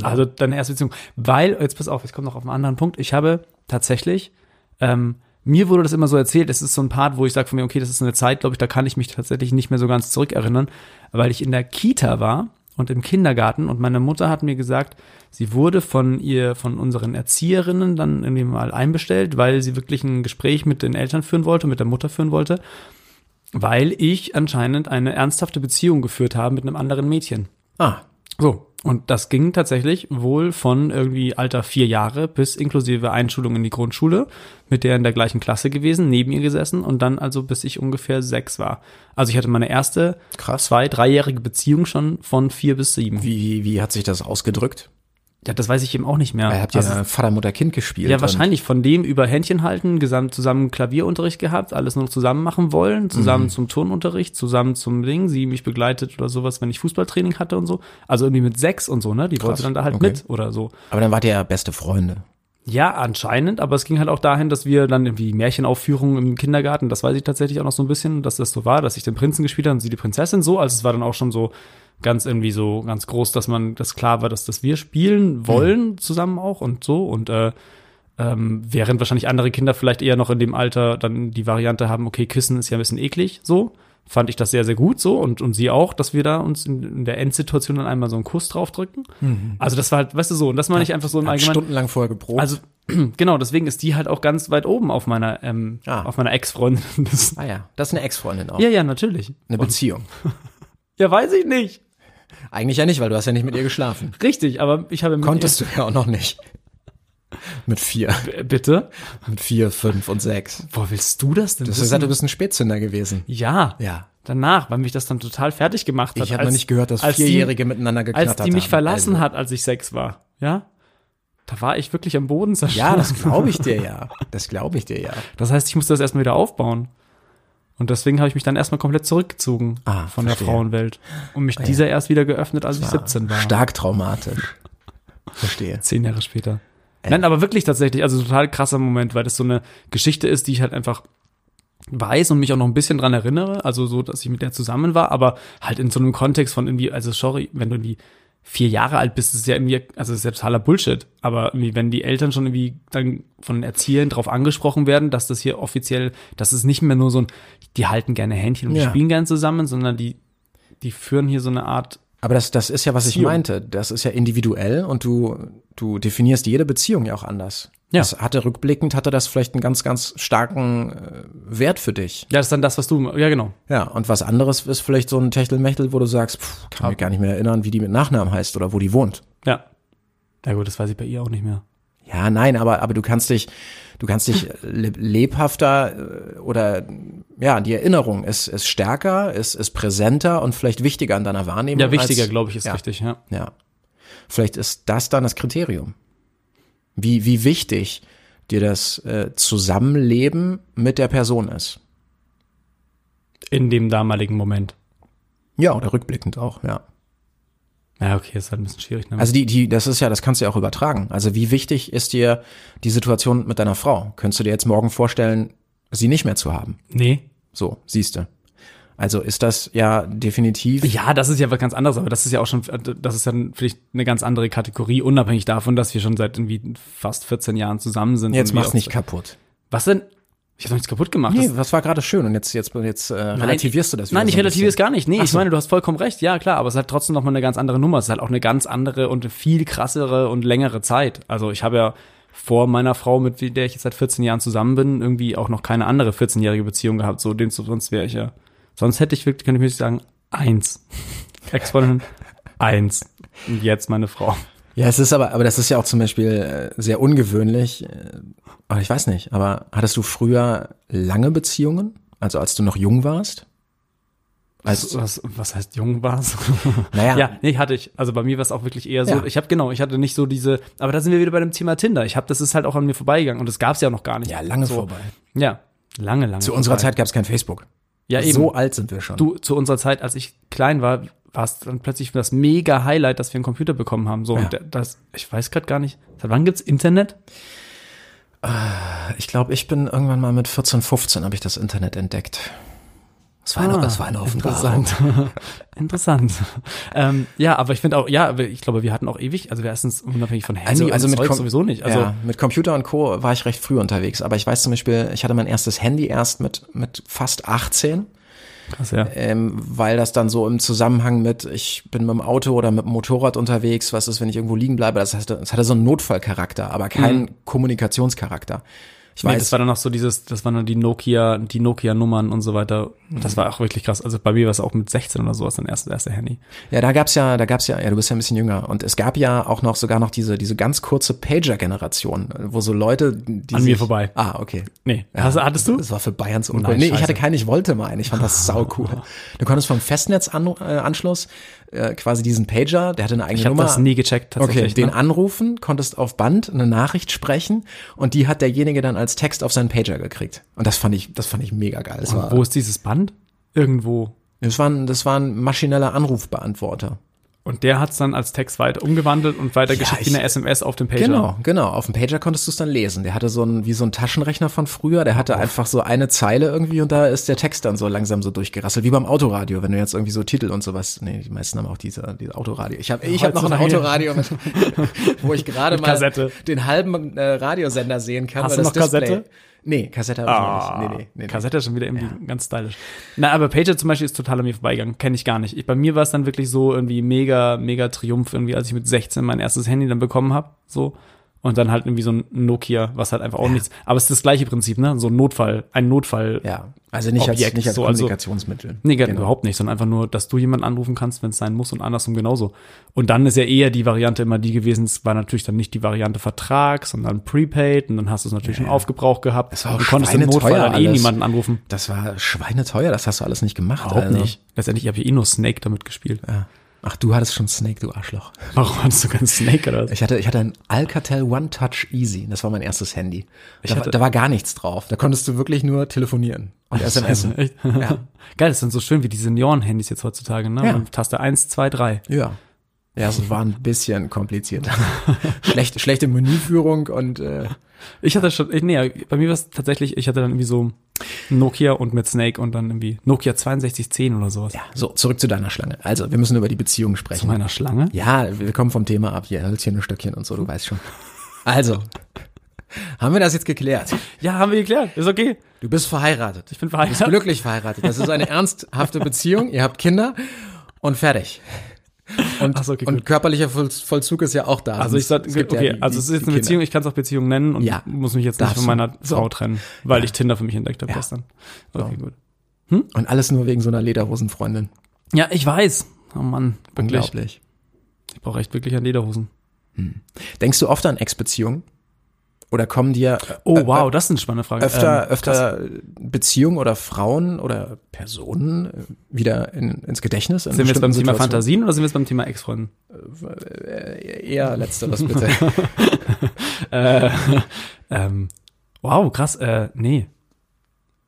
Speaker 3: Also deine erste Beziehung. Weil, jetzt pass auf, ich komme noch auf einen anderen Punkt. Ich habe tatsächlich, ähm, mir wurde das immer so erzählt, es ist so ein Part, wo ich sage von mir, okay, das ist eine Zeit, glaube ich, da kann ich mich tatsächlich nicht mehr so ganz zurückerinnern, weil ich in der Kita war und im Kindergarten und meine Mutter hat mir gesagt, sie wurde von ihr, von unseren Erzieherinnen dann irgendwie mal einbestellt, weil sie wirklich ein Gespräch mit den Eltern führen wollte, mit der Mutter führen wollte, weil ich anscheinend eine ernsthafte Beziehung geführt habe mit einem anderen Mädchen.
Speaker 2: Ah,
Speaker 3: So, und das ging tatsächlich wohl von irgendwie Alter vier Jahre bis inklusive Einschulung in die Grundschule, mit der in der gleichen Klasse gewesen, neben ihr gesessen und dann also bis ich ungefähr sechs war. Also ich hatte meine erste
Speaker 2: Krass.
Speaker 3: zwei, dreijährige Beziehung schon von vier bis sieben.
Speaker 2: wie, wie, wie hat sich das ausgedrückt?
Speaker 3: Ja, das weiß ich eben auch nicht mehr.
Speaker 2: Weil habt ihr
Speaker 3: Also-
Speaker 2: Ah, ja Vater, Mutter, Kind gespielt?
Speaker 3: ja,
Speaker 2: und-
Speaker 3: wahrscheinlich von dem über Händchen halten, gesamt zusammen Klavierunterricht gehabt, alles nur zusammen machen wollen,
Speaker 2: Mhm.
Speaker 3: zusammen zum Turnunterricht, zusammen zum Ding, sie mich begleitet oder sowas, wenn ich Fußballtraining hatte und so. Also irgendwie mit sechs und so, ne? Die wollte dann da halt
Speaker 2: okay.
Speaker 3: mit oder so.
Speaker 2: Aber dann wart ihr ja beste Freunde.
Speaker 3: Ja, anscheinend, aber es ging halt auch dahin, dass wir dann irgendwie Märchenaufführungen im Kindergarten, das weiß ich tatsächlich auch noch so ein bisschen, dass das so war, dass ich den Prinzen gespielt habe und sie die Prinzessin so. Also es war dann auch schon so ganz irgendwie so ganz groß, dass man, dass klar war, dass das wir spielen wollen zusammen auch und so. Und äh, ähm, während wahrscheinlich andere Kinder vielleicht eher noch in dem Alter dann die Variante haben, okay, Küssen ist ja ein bisschen eklig, so. Fand ich das sehr, sehr gut so und, und sie auch, dass wir da uns in, in der Endsituation dann einmal so einen Kuss draufdrücken. Also das war halt, weißt du so, und das meine ich einfach so im
Speaker 2: Habt
Speaker 3: Allgemeinen.
Speaker 2: stundenlang vorher geprobt.
Speaker 3: Also *clears throat* genau, deswegen ist die halt auch ganz weit oben auf meiner ähm,
Speaker 2: Ah.
Speaker 3: auf meiner Ex-Freundin. *laughs* Das-
Speaker 2: ah ja, das ist eine Ex-Freundin auch.
Speaker 3: Ja, ja, natürlich.
Speaker 2: Eine Beziehung.
Speaker 3: Ja, weiß ich nicht.
Speaker 2: Eigentlich ja nicht, weil du hast ja nicht mit ihr geschlafen.
Speaker 3: Richtig, aber ich habe mit
Speaker 2: Konntest du ja auch noch nicht. Mit vier.
Speaker 3: B- Äh, bitte.
Speaker 2: Mit vier, fünf und sechs.
Speaker 3: Boah, willst du das denn?
Speaker 2: Das
Speaker 3: wissen?
Speaker 2: ist ja, du bist ein Spätzünder gewesen.
Speaker 3: ja.
Speaker 2: Ja.
Speaker 3: Danach, weil mich das dann total fertig gemacht hat.
Speaker 2: Ich habe
Speaker 3: als-
Speaker 2: noch nicht gehört, dass
Speaker 3: als die-
Speaker 2: Vierjährige miteinander geknattert
Speaker 3: Als
Speaker 2: haben.
Speaker 3: die mich verlassen
Speaker 2: Also-
Speaker 3: hat, als ich sechs war. Ja? Da war ich wirklich am Boden zerstört.
Speaker 2: Ja, das glaube ich dir ja. Das glaube ich dir ja.
Speaker 3: Das heißt, ich musste das erstmal wieder aufbauen. Und deswegen habe ich mich dann erstmal komplett zurückgezogen
Speaker 2: Ah,
Speaker 3: von
Speaker 2: verstehe. Ah,
Speaker 3: der Frauenwelt. Und mich dieser erst wieder geöffnet, als ich 17 war.
Speaker 2: Stark traumatisch. Verstehe.
Speaker 3: Zehn Jahre später. Nein, aber wirklich tatsächlich, also total krasser Moment, weil das so eine Geschichte ist, die ich halt einfach weiß und mich auch noch ein bisschen dran erinnere, also so, dass ich mit der zusammen war, aber halt in so einem Kontext von irgendwie, also sorry, wenn du irgendwie vier Jahre alt bist, ist ja irgendwie, also ist ja totaler Bullshit, aber irgendwie, wenn die Eltern schon irgendwie dann von den Erziehern drauf angesprochen werden, dass das hier offiziell, dass es nicht mehr nur so ein, die halten gerne Händchen und die
Speaker 2: Ja.
Speaker 3: spielen gern zusammen, sondern die, die führen hier so eine Art
Speaker 2: Aber das, das ist ja, was ich
Speaker 3: Beziehung.
Speaker 2: meinte. Das ist ja individuell und du, du definierst jede Beziehung ja auch anders.
Speaker 3: Ja.
Speaker 2: Das hatte rückblickend, hatte das vielleicht einen ganz, ganz starken äh, Wert für dich.
Speaker 3: Ja, das ist dann das, was du, ja genau.
Speaker 2: Ja, und was anderes ist vielleicht so ein Techtelmechtel, wo du sagst, pff, kann mir gar nicht mehr erinnern, wie die mit Nachnamen heißt oder wo die wohnt.
Speaker 3: Ja. Na gut, das weiß ich bei ihr auch nicht mehr.
Speaker 2: Ja, nein, aber, aber du kannst dich, du kannst
Speaker 3: *laughs*
Speaker 2: dich le- lebhafter äh, oder ja, die Erinnerung ist, ist stärker, ist, ist präsenter und vielleicht wichtiger in deiner Wahrnehmung.
Speaker 3: Ja, wichtiger,
Speaker 2: als-
Speaker 3: glaube ich, ist
Speaker 2: ja.
Speaker 3: richtig, ja.
Speaker 2: Ja. Vielleicht ist das dann das Kriterium. Wie, wie wichtig dir das äh, Zusammenleben mit der Person ist.
Speaker 3: In dem damaligen Moment.
Speaker 2: Ja, oder rückblickend auch, ja.
Speaker 3: Ja, okay, ist halt ein bisschen schwierig. Ne?
Speaker 2: Also die, die, das ist ja, das kannst du ja auch übertragen. Also wie wichtig ist dir die Situation mit deiner Frau? Könntest du dir jetzt morgen vorstellen, sie nicht mehr zu haben?
Speaker 3: nee.
Speaker 2: So, siehst du. Also ist das ja definitiv.
Speaker 3: Ja, das ist ja was ganz anderes, aber das ist ja auch schon, äh, das ist dann vielleicht eine ganz andere Kategorie, unabhängig davon, dass wir schon seit irgendwie fast 14 Jahren zusammen sind.
Speaker 2: jetzt
Speaker 3: Und wir
Speaker 2: mach's
Speaker 3: auch-
Speaker 2: nicht kaputt.
Speaker 3: Was denn? Ich habe nichts kaputt gemacht.
Speaker 2: Nee,
Speaker 3: Das-
Speaker 2: was war gerade schön und jetzt, jetzt, jetzt äh, relativierst du das wieder
Speaker 3: Nein, ich
Speaker 2: so ein
Speaker 3: relativiere es
Speaker 2: bisschen.
Speaker 3: gar nicht. Nee, ich
Speaker 2: so.
Speaker 3: meine, du hast vollkommen recht. Ja, klar, aber es ist halt trotzdem nochmal eine ganz andere Nummer. Es ist halt auch eine ganz andere und viel krassere und längere Zeit. Also ich habe ja vor meiner Frau, mit der ich jetzt seit 14 Jahren zusammen bin, irgendwie auch noch keine andere 14-jährige Beziehung gehabt. So, den sonst wäre ich ja. Sonst hätte ich wirklich, könnte ich mir sagen,
Speaker 2: *laughs*
Speaker 3: eins. Ex-Freundin, eins. Und jetzt meine Frau.
Speaker 2: Ja, es ist aber, aber das ist ja auch zum Beispiel äh, sehr ungewöhnlich. äh, Aber ich weiß nicht, aber hattest du früher lange Beziehungen? Also als du noch jung warst? Als,
Speaker 3: Was, was heißt jung war's?
Speaker 2: naja,
Speaker 3: Ja, nee, hatte ich. Also bei mir war es auch wirklich eher so.
Speaker 2: Ja.
Speaker 3: Ich habe genau, ich hatte nicht so diese. Aber da sind wir wieder bei dem Thema Tinder. Ich habe, das ist halt auch an mir vorbeigegangen und das gab's ja noch gar nicht.
Speaker 2: ja, lange
Speaker 3: so,
Speaker 2: vorbei.
Speaker 3: Ja, lange, lange.
Speaker 2: Zu unserer
Speaker 3: vorbei.
Speaker 2: Zeit gab es kein Facebook.
Speaker 3: Ja, eben.
Speaker 2: So alt sind wir schon.
Speaker 3: du zu unserer Zeit, als ich klein war, war es dann plötzlich das mega Highlight, dass wir einen Computer bekommen haben. So
Speaker 2: Ja.
Speaker 3: und der- das, ich weiß gerade gar nicht. Seit wann gibt's Internet?
Speaker 2: Ich glaube, ich bin irgendwann mal mit 14, 15 habe ich das Internet entdeckt. Es war, eine,
Speaker 3: Ah,
Speaker 2: es war eine Offenbarung.
Speaker 3: Interessant. interessant. *laughs* ähm, ja, aber ich finde auch, ja, aber ich glaube, wir hatten auch ewig, also wir erstens unabhängig von Handy
Speaker 2: Also,
Speaker 3: und Zeug
Speaker 2: Com-
Speaker 3: sowieso nicht. Also
Speaker 2: ja, mit Computer und Co. war ich recht früh unterwegs. Aber ich weiß zum Beispiel, ich hatte mein erstes Handy erst mit, mit fast 18,
Speaker 3: krass, ja.
Speaker 2: ähm, weil das dann so im Zusammenhang mit, ich bin mit dem Auto oder mit dem Motorrad unterwegs, was ist, wenn ich irgendwo liegen bleibe. Das hatte, das hatte so einen Notfallcharakter, aber keinen Kommunikationscharakter. Ich
Speaker 3: Nee,
Speaker 2: weiß,
Speaker 3: das war dann noch so dieses, das waren dann die Nokia, die Nokia-Nummern und so weiter.
Speaker 2: Mhm.
Speaker 3: Das war auch wirklich krass. Also bei mir war es auch mit 16 oder sowas dann erst das erste Handy.
Speaker 2: Ja, da gab's ja, da gab's ja, ja, du bist ja ein bisschen jünger und es gab ja auch noch sogar noch diese diese ganz kurze Pager Generation, wo so Leute die
Speaker 3: An mir
Speaker 2: sich-
Speaker 3: vorbei.
Speaker 2: Ah, okay.
Speaker 3: Nee, hast, hattest du? Oh
Speaker 2: Das war für Bayerns uncool.
Speaker 3: Nein,
Speaker 2: Nee, ich
Speaker 3: scheiße. Ah.
Speaker 2: hatte keinen, ich wollte mal einen. Ich fand das sau cool. Du konntest vom Festnetzanschluss äh, quasi diesen Pager, der hatte eine eigene
Speaker 3: Ich habe
Speaker 2: Nummer.
Speaker 3: das nie gecheckt
Speaker 2: Okay,
Speaker 3: tatsächlich.
Speaker 2: den
Speaker 3: ne?
Speaker 2: anrufen, konntest auf Band eine Nachricht sprechen und die hat derjenige dann als Text auf seinen Pager gekriegt. Und das fand ich, das fand ich mega geil. Das war,
Speaker 3: Wo ist dieses Band? Irgendwo.
Speaker 2: das war ein, das war ein maschineller Anrufbeantworter.
Speaker 3: Und der hat's dann als Text weiter umgewandelt und weitergeschickt
Speaker 2: Ja,
Speaker 3: wie
Speaker 2: ich-
Speaker 3: eine SMS auf dem Pager.
Speaker 2: Genau, genau. Auf dem Pager konntest du es dann lesen. Der hatte so einen, wie so einen Taschenrechner von früher, der hatte einfach so eine Zeile irgendwie und da ist der Text dann so langsam so durchgerasselt, wie beim Autoradio, wenn du jetzt irgendwie so Titel und sowas, nee, die meisten haben auch diese, diese Autoradio. Ich habe ich hab noch ein
Speaker 3: Heutzutage.
Speaker 2: Autoradio, mit, *laughs* wo ich gerade
Speaker 3: Mit
Speaker 2: mal
Speaker 3: Kassette.
Speaker 2: den halben äh, Radiosender sehen kann.
Speaker 3: Hast
Speaker 2: weil
Speaker 3: du
Speaker 2: das
Speaker 3: noch Kassette?
Speaker 2: Display- Nee, Kassette
Speaker 3: Ah,
Speaker 2: habe ich noch nicht. Nee, nee, nee, nee.
Speaker 3: Kassette ist schon wieder irgendwie ganz stylisch. Na, aber Pager zum Beispiel ist total an mir vorbeigegangen. Kenne ich gar nicht. Ich, bei mir war es dann wirklich so irgendwie mega, mega Triumph, irgendwie, als ich mit 16 mein erstes Handy dann bekommen habe. So. Und dann halt irgendwie so ein Nokia, was halt einfach auch nichts. Aber es ist das gleiche Prinzip, ne? So ein Notfall, ein Notfall.
Speaker 2: Ja, also nicht als,
Speaker 3: Objekt,
Speaker 2: nicht als
Speaker 3: so, also-
Speaker 2: Kommunikationsmittel.
Speaker 3: Nee, genau. überhaupt nicht, sondern einfach nur, dass du jemanden anrufen kannst, wenn es sein muss und andersrum genauso. Und dann ist ja eher die Variante immer die gewesen, es war natürlich dann nicht die Variante Vertrag, sondern Prepaid und dann hast du es natürlich schon aufgebraucht gehabt.
Speaker 2: war auch
Speaker 3: und konntest im
Speaker 2: schweineteuer
Speaker 3: Notfall dann eh
Speaker 2: alles.
Speaker 3: niemanden anrufen.
Speaker 2: Das war schweineteuer, das hast du alles nicht gemacht.
Speaker 3: Überhaupt
Speaker 2: also.
Speaker 3: nicht. Letztendlich habe ich eh nur Snake damit gespielt.
Speaker 2: Ja. Ach, du hattest schon Snake, du Arschloch.
Speaker 3: Warum hattest du keinen Snake oder was?
Speaker 2: Ich hatte, ich hatte ein Alcatel One Touch Easy. Das war mein erstes Handy. Da,
Speaker 3: hatte-
Speaker 2: da war gar nichts drauf. Da konntest du wirklich nur telefonieren und SMS.
Speaker 3: Scheiße, echt? *laughs* Geil, das sind so schön wie die Senioren-Handys jetzt heutzutage, ne?
Speaker 2: Ja.
Speaker 3: Mit Taste 1, 2, 3.
Speaker 2: Ja. Ja, es war ein bisschen kompliziert. *laughs* Schlecht, schlechte Menüführung und äh,
Speaker 3: Ich hatte schon, ich, nee, bei mir war es tatsächlich, ich hatte dann irgendwie so Nokia und mit Snake und dann irgendwie Nokia 6210 oder sowas. Ja.
Speaker 2: so, zurück zu deiner Schlange. Also, wir müssen über die Beziehung
Speaker 3: Zu
Speaker 2: sprechen.
Speaker 3: meiner Schlange.
Speaker 2: Ja, wir kommen vom Thema ab. Hier, Hölzchen und Stöckchen und so, du weißt schon. Also, haben wir das jetzt geklärt?
Speaker 3: Ja, haben wir geklärt. Ist okay.
Speaker 2: Du bist verheiratet.
Speaker 3: Ich bin
Speaker 2: bist
Speaker 3: verheiratet.
Speaker 2: glücklich verheiratet. Das ist eine ernsthafte Beziehung. Ihr habt Kinder und fertig. Und,
Speaker 3: Ach so, okay,
Speaker 2: und
Speaker 3: gut.
Speaker 2: körperlicher Voll- Vollzug ist ja auch da.
Speaker 3: Also ich sag,
Speaker 2: Es gibt ja
Speaker 3: okay,
Speaker 2: die-
Speaker 3: also
Speaker 2: die-
Speaker 3: es ist
Speaker 2: die
Speaker 3: eine
Speaker 2: Kinder.
Speaker 3: Beziehung, ich kann es auch Beziehung nennen und
Speaker 2: Ja.
Speaker 3: muss mich jetzt nicht
Speaker 2: Darfst
Speaker 3: von meiner
Speaker 2: du. So.
Speaker 3: Frau trennen, weil ich Tinder für mich entdeckt habe gestern. Okay, gut.
Speaker 2: Und alles nur wegen so einer Lederhosenfreundin.
Speaker 3: Ja, ich weiß. Oh Mann, wirklich.
Speaker 2: Unglaublich.
Speaker 3: Ich brauche echt wirklich an Lederhosen.
Speaker 2: Denkst du oft an Ex-Beziehungen? Oder kommen dir
Speaker 3: Oh, wow, das ist eine spannende Frage.
Speaker 2: öfter,
Speaker 3: Ähm,
Speaker 2: öfter Beziehungen oder Frauen oder Personen äh, wieder in, ins Gedächtnis? in
Speaker 3: Sind wir jetzt beim
Speaker 2: bestimmten
Speaker 3: Thema
Speaker 2: Situationen?
Speaker 3: Fantasien oder sind wir jetzt beim Thema Ex-Freunden?
Speaker 2: Eher letzteres bitte.
Speaker 3: *laughs* Äh, ähm, wow, krass. Äh, nee.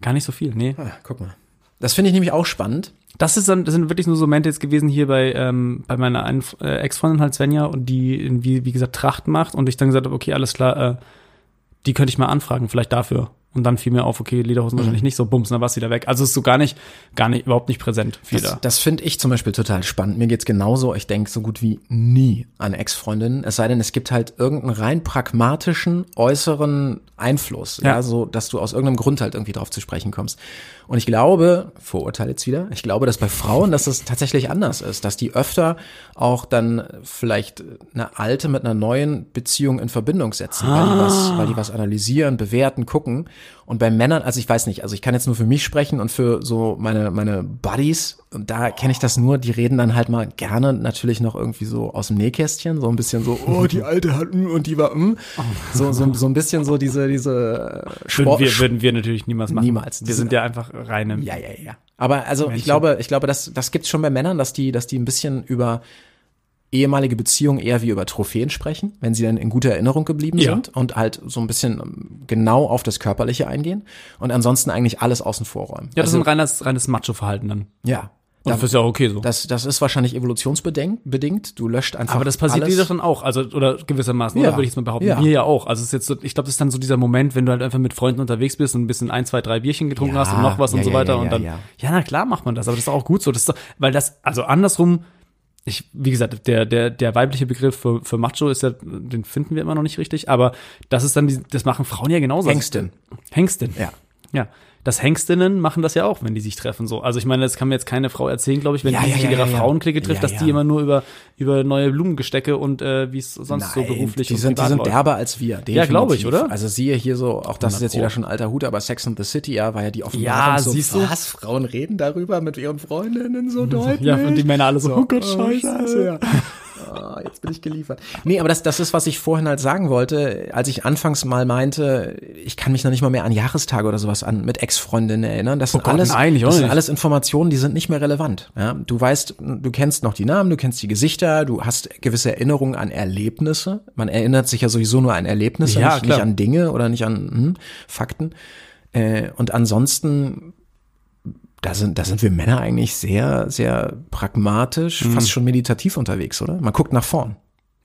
Speaker 3: Gar nicht so viel, nee.
Speaker 2: ah, guck mal. Das finde ich nämlich auch spannend.
Speaker 3: Das, ist dann, das sind wirklich nur so Momente jetzt gewesen hier bei, ähm, bei meiner einen, äh, Ex-Freundin halt Svenja und die, in, wie, wie gesagt, Tracht macht und ich dann gesagt habe, okay, alles klar, äh, die könnte ich mal anfragen, vielleicht dafür. Und dann fiel mir auf, okay,
Speaker 2: Mhm.
Speaker 3: Lederhosen wahrscheinlich nicht so, bums, dann war es wieder weg. Also ist so gar nicht, gar nicht, überhaupt nicht präsent, viel
Speaker 2: Das,
Speaker 3: da.
Speaker 2: das finde ich zum Beispiel total spannend. Mir geht's genauso. Ich denke so gut wie nie an Ex-Freundinnen. Es sei denn, es gibt halt irgendeinen rein pragmatischen äußeren Einfluss, ja.
Speaker 3: Ja.
Speaker 2: so dass du aus irgendeinem Grund halt irgendwie drauf zu sprechen kommst. Und ich glaube, Vorurteil jetzt wieder, ich glaube, dass bei Frauen, dass das tatsächlich anders ist, dass die öfter auch dann vielleicht eine alte mit einer neuen Beziehung in Verbindung setzen, weil, die
Speaker 3: Ah.
Speaker 2: was, weil die was analysieren, bewerten, gucken. Und bei Männern, also ich weiß nicht, also ich kann jetzt nur für mich sprechen und für so meine, meine Buddies, und da kenne ich das nur, die reden dann halt mal gerne natürlich noch irgendwie so aus dem Nähkästchen, so ein bisschen so, oh, die alte hat mm, und die war mm. So, so, so ein bisschen so diese, diese äh,
Speaker 3: Würden
Speaker 2: Sport.
Speaker 3: Oh. wir, würden wir natürlich niemals machen.
Speaker 2: Niemals.
Speaker 3: Wir sind ja einfach reine.
Speaker 2: Ja, ja, ja. Aber also ich glaube, ich glaube, das, das gibt's schon bei Männern, dass die, dass die ein bisschen über ehemalige Beziehungen eher wie über Trophäen sprechen, wenn sie dann in guter Erinnerung geblieben
Speaker 3: Ja.
Speaker 2: sind und halt so ein bisschen ähm, genau auf das Körperliche eingehen und ansonsten eigentlich alles außen vor räumen.
Speaker 3: Ja, das
Speaker 2: also,
Speaker 3: ist ein reines, reines Macho-Verhalten dann.
Speaker 2: ja.
Speaker 3: Und
Speaker 2: Da,
Speaker 3: das ist ja auch okay so.
Speaker 2: das, das ist wahrscheinlich evolutionsbedingt. bedingt. Du löscht einfach.
Speaker 3: aber das passiert
Speaker 2: alles.
Speaker 3: dir doch dann auch, also oder gewissermaßen,
Speaker 2: Ja.
Speaker 3: oder würde ich es mal behaupten.
Speaker 2: Ja.
Speaker 3: Mir ja auch. Also es ist jetzt so, ich glaube, das ist dann so dieser Moment, wenn du halt einfach mit Freunden unterwegs bist und ein bisschen ein, zwei, drei Bierchen getrunken
Speaker 2: Ja.
Speaker 3: hast und noch was
Speaker 2: Ja,
Speaker 3: und so
Speaker 2: ja,
Speaker 3: weiter
Speaker 2: ja,
Speaker 3: und
Speaker 2: ja,
Speaker 3: dann
Speaker 2: ja.
Speaker 3: ja. na klar macht man das, aber das ist auch gut so, das ist doch, weil das also andersrum ich, wie gesagt, der, der, der weibliche Begriff für, für Macho ist ja, den finden wir immer noch nicht richtig, aber das ist dann, die, das machen Frauen ja genauso.
Speaker 2: Hengstin.
Speaker 3: Hengstin.
Speaker 2: Ja.
Speaker 3: Ja. Das Hengstinnen machen das ja auch, wenn die sich treffen. So. Also ich meine, das kann mir jetzt keine Frau erzählen, glaube ich, wenn
Speaker 2: Ja,
Speaker 3: die
Speaker 2: ja,
Speaker 3: sich
Speaker 2: ja,
Speaker 3: in ihrer
Speaker 2: ja, ja.
Speaker 3: Frauenklicke trifft,
Speaker 2: Ja,
Speaker 3: dass
Speaker 2: ja.
Speaker 3: die immer nur über, über neue Blumengestecke und äh, wie es sonst so beruflich
Speaker 2: die
Speaker 3: und
Speaker 2: sind, die
Speaker 3: privat
Speaker 2: sind
Speaker 3: läuft.
Speaker 2: derber als wir. Definitiv.
Speaker 3: glaube ich, oder?
Speaker 2: Also siehe hier so, auch das ist jetzt
Speaker 3: Pro.
Speaker 2: wieder schon alter Hut, aber Sex and the City, ja, war ja die Offenbarung.
Speaker 3: Ja,
Speaker 2: so,
Speaker 3: siehst du?
Speaker 2: Was? Frauen reden darüber mit ihren Freundinnen so deutlich?
Speaker 3: *laughs* Ja, und die Männer alle so, oh Gott, scheiße.
Speaker 2: ja. *laughs* Ah, jetzt bin ich geliefert. Nee, aber das, das ist, was ich vorhin halt sagen wollte, als ich anfangs mal meinte, ich kann mich noch nicht mal mehr an Jahrestage oder sowas an mit Ex-Freundinnen erinnern. Das sind
Speaker 3: Oh Gott,
Speaker 2: alles,
Speaker 3: nein, ich auch
Speaker 2: das sind
Speaker 3: nicht.
Speaker 2: alles Informationen, die sind nicht mehr relevant. Ja, du weißt, du kennst noch die Namen, du kennst die Gesichter, du hast gewisse Erinnerungen an Erlebnisse. Man erinnert sich ja sowieso nur an Erlebnisse,
Speaker 3: Ja,
Speaker 2: nicht,
Speaker 3: klar.
Speaker 2: nicht an Dinge oder nicht an hm, Fakten. Äh, und ansonsten da sind, da sind wir Männer eigentlich sehr, sehr
Speaker 3: Mhm.
Speaker 2: pragmatisch, fast schon meditativ unterwegs, oder? Man guckt nach vorn.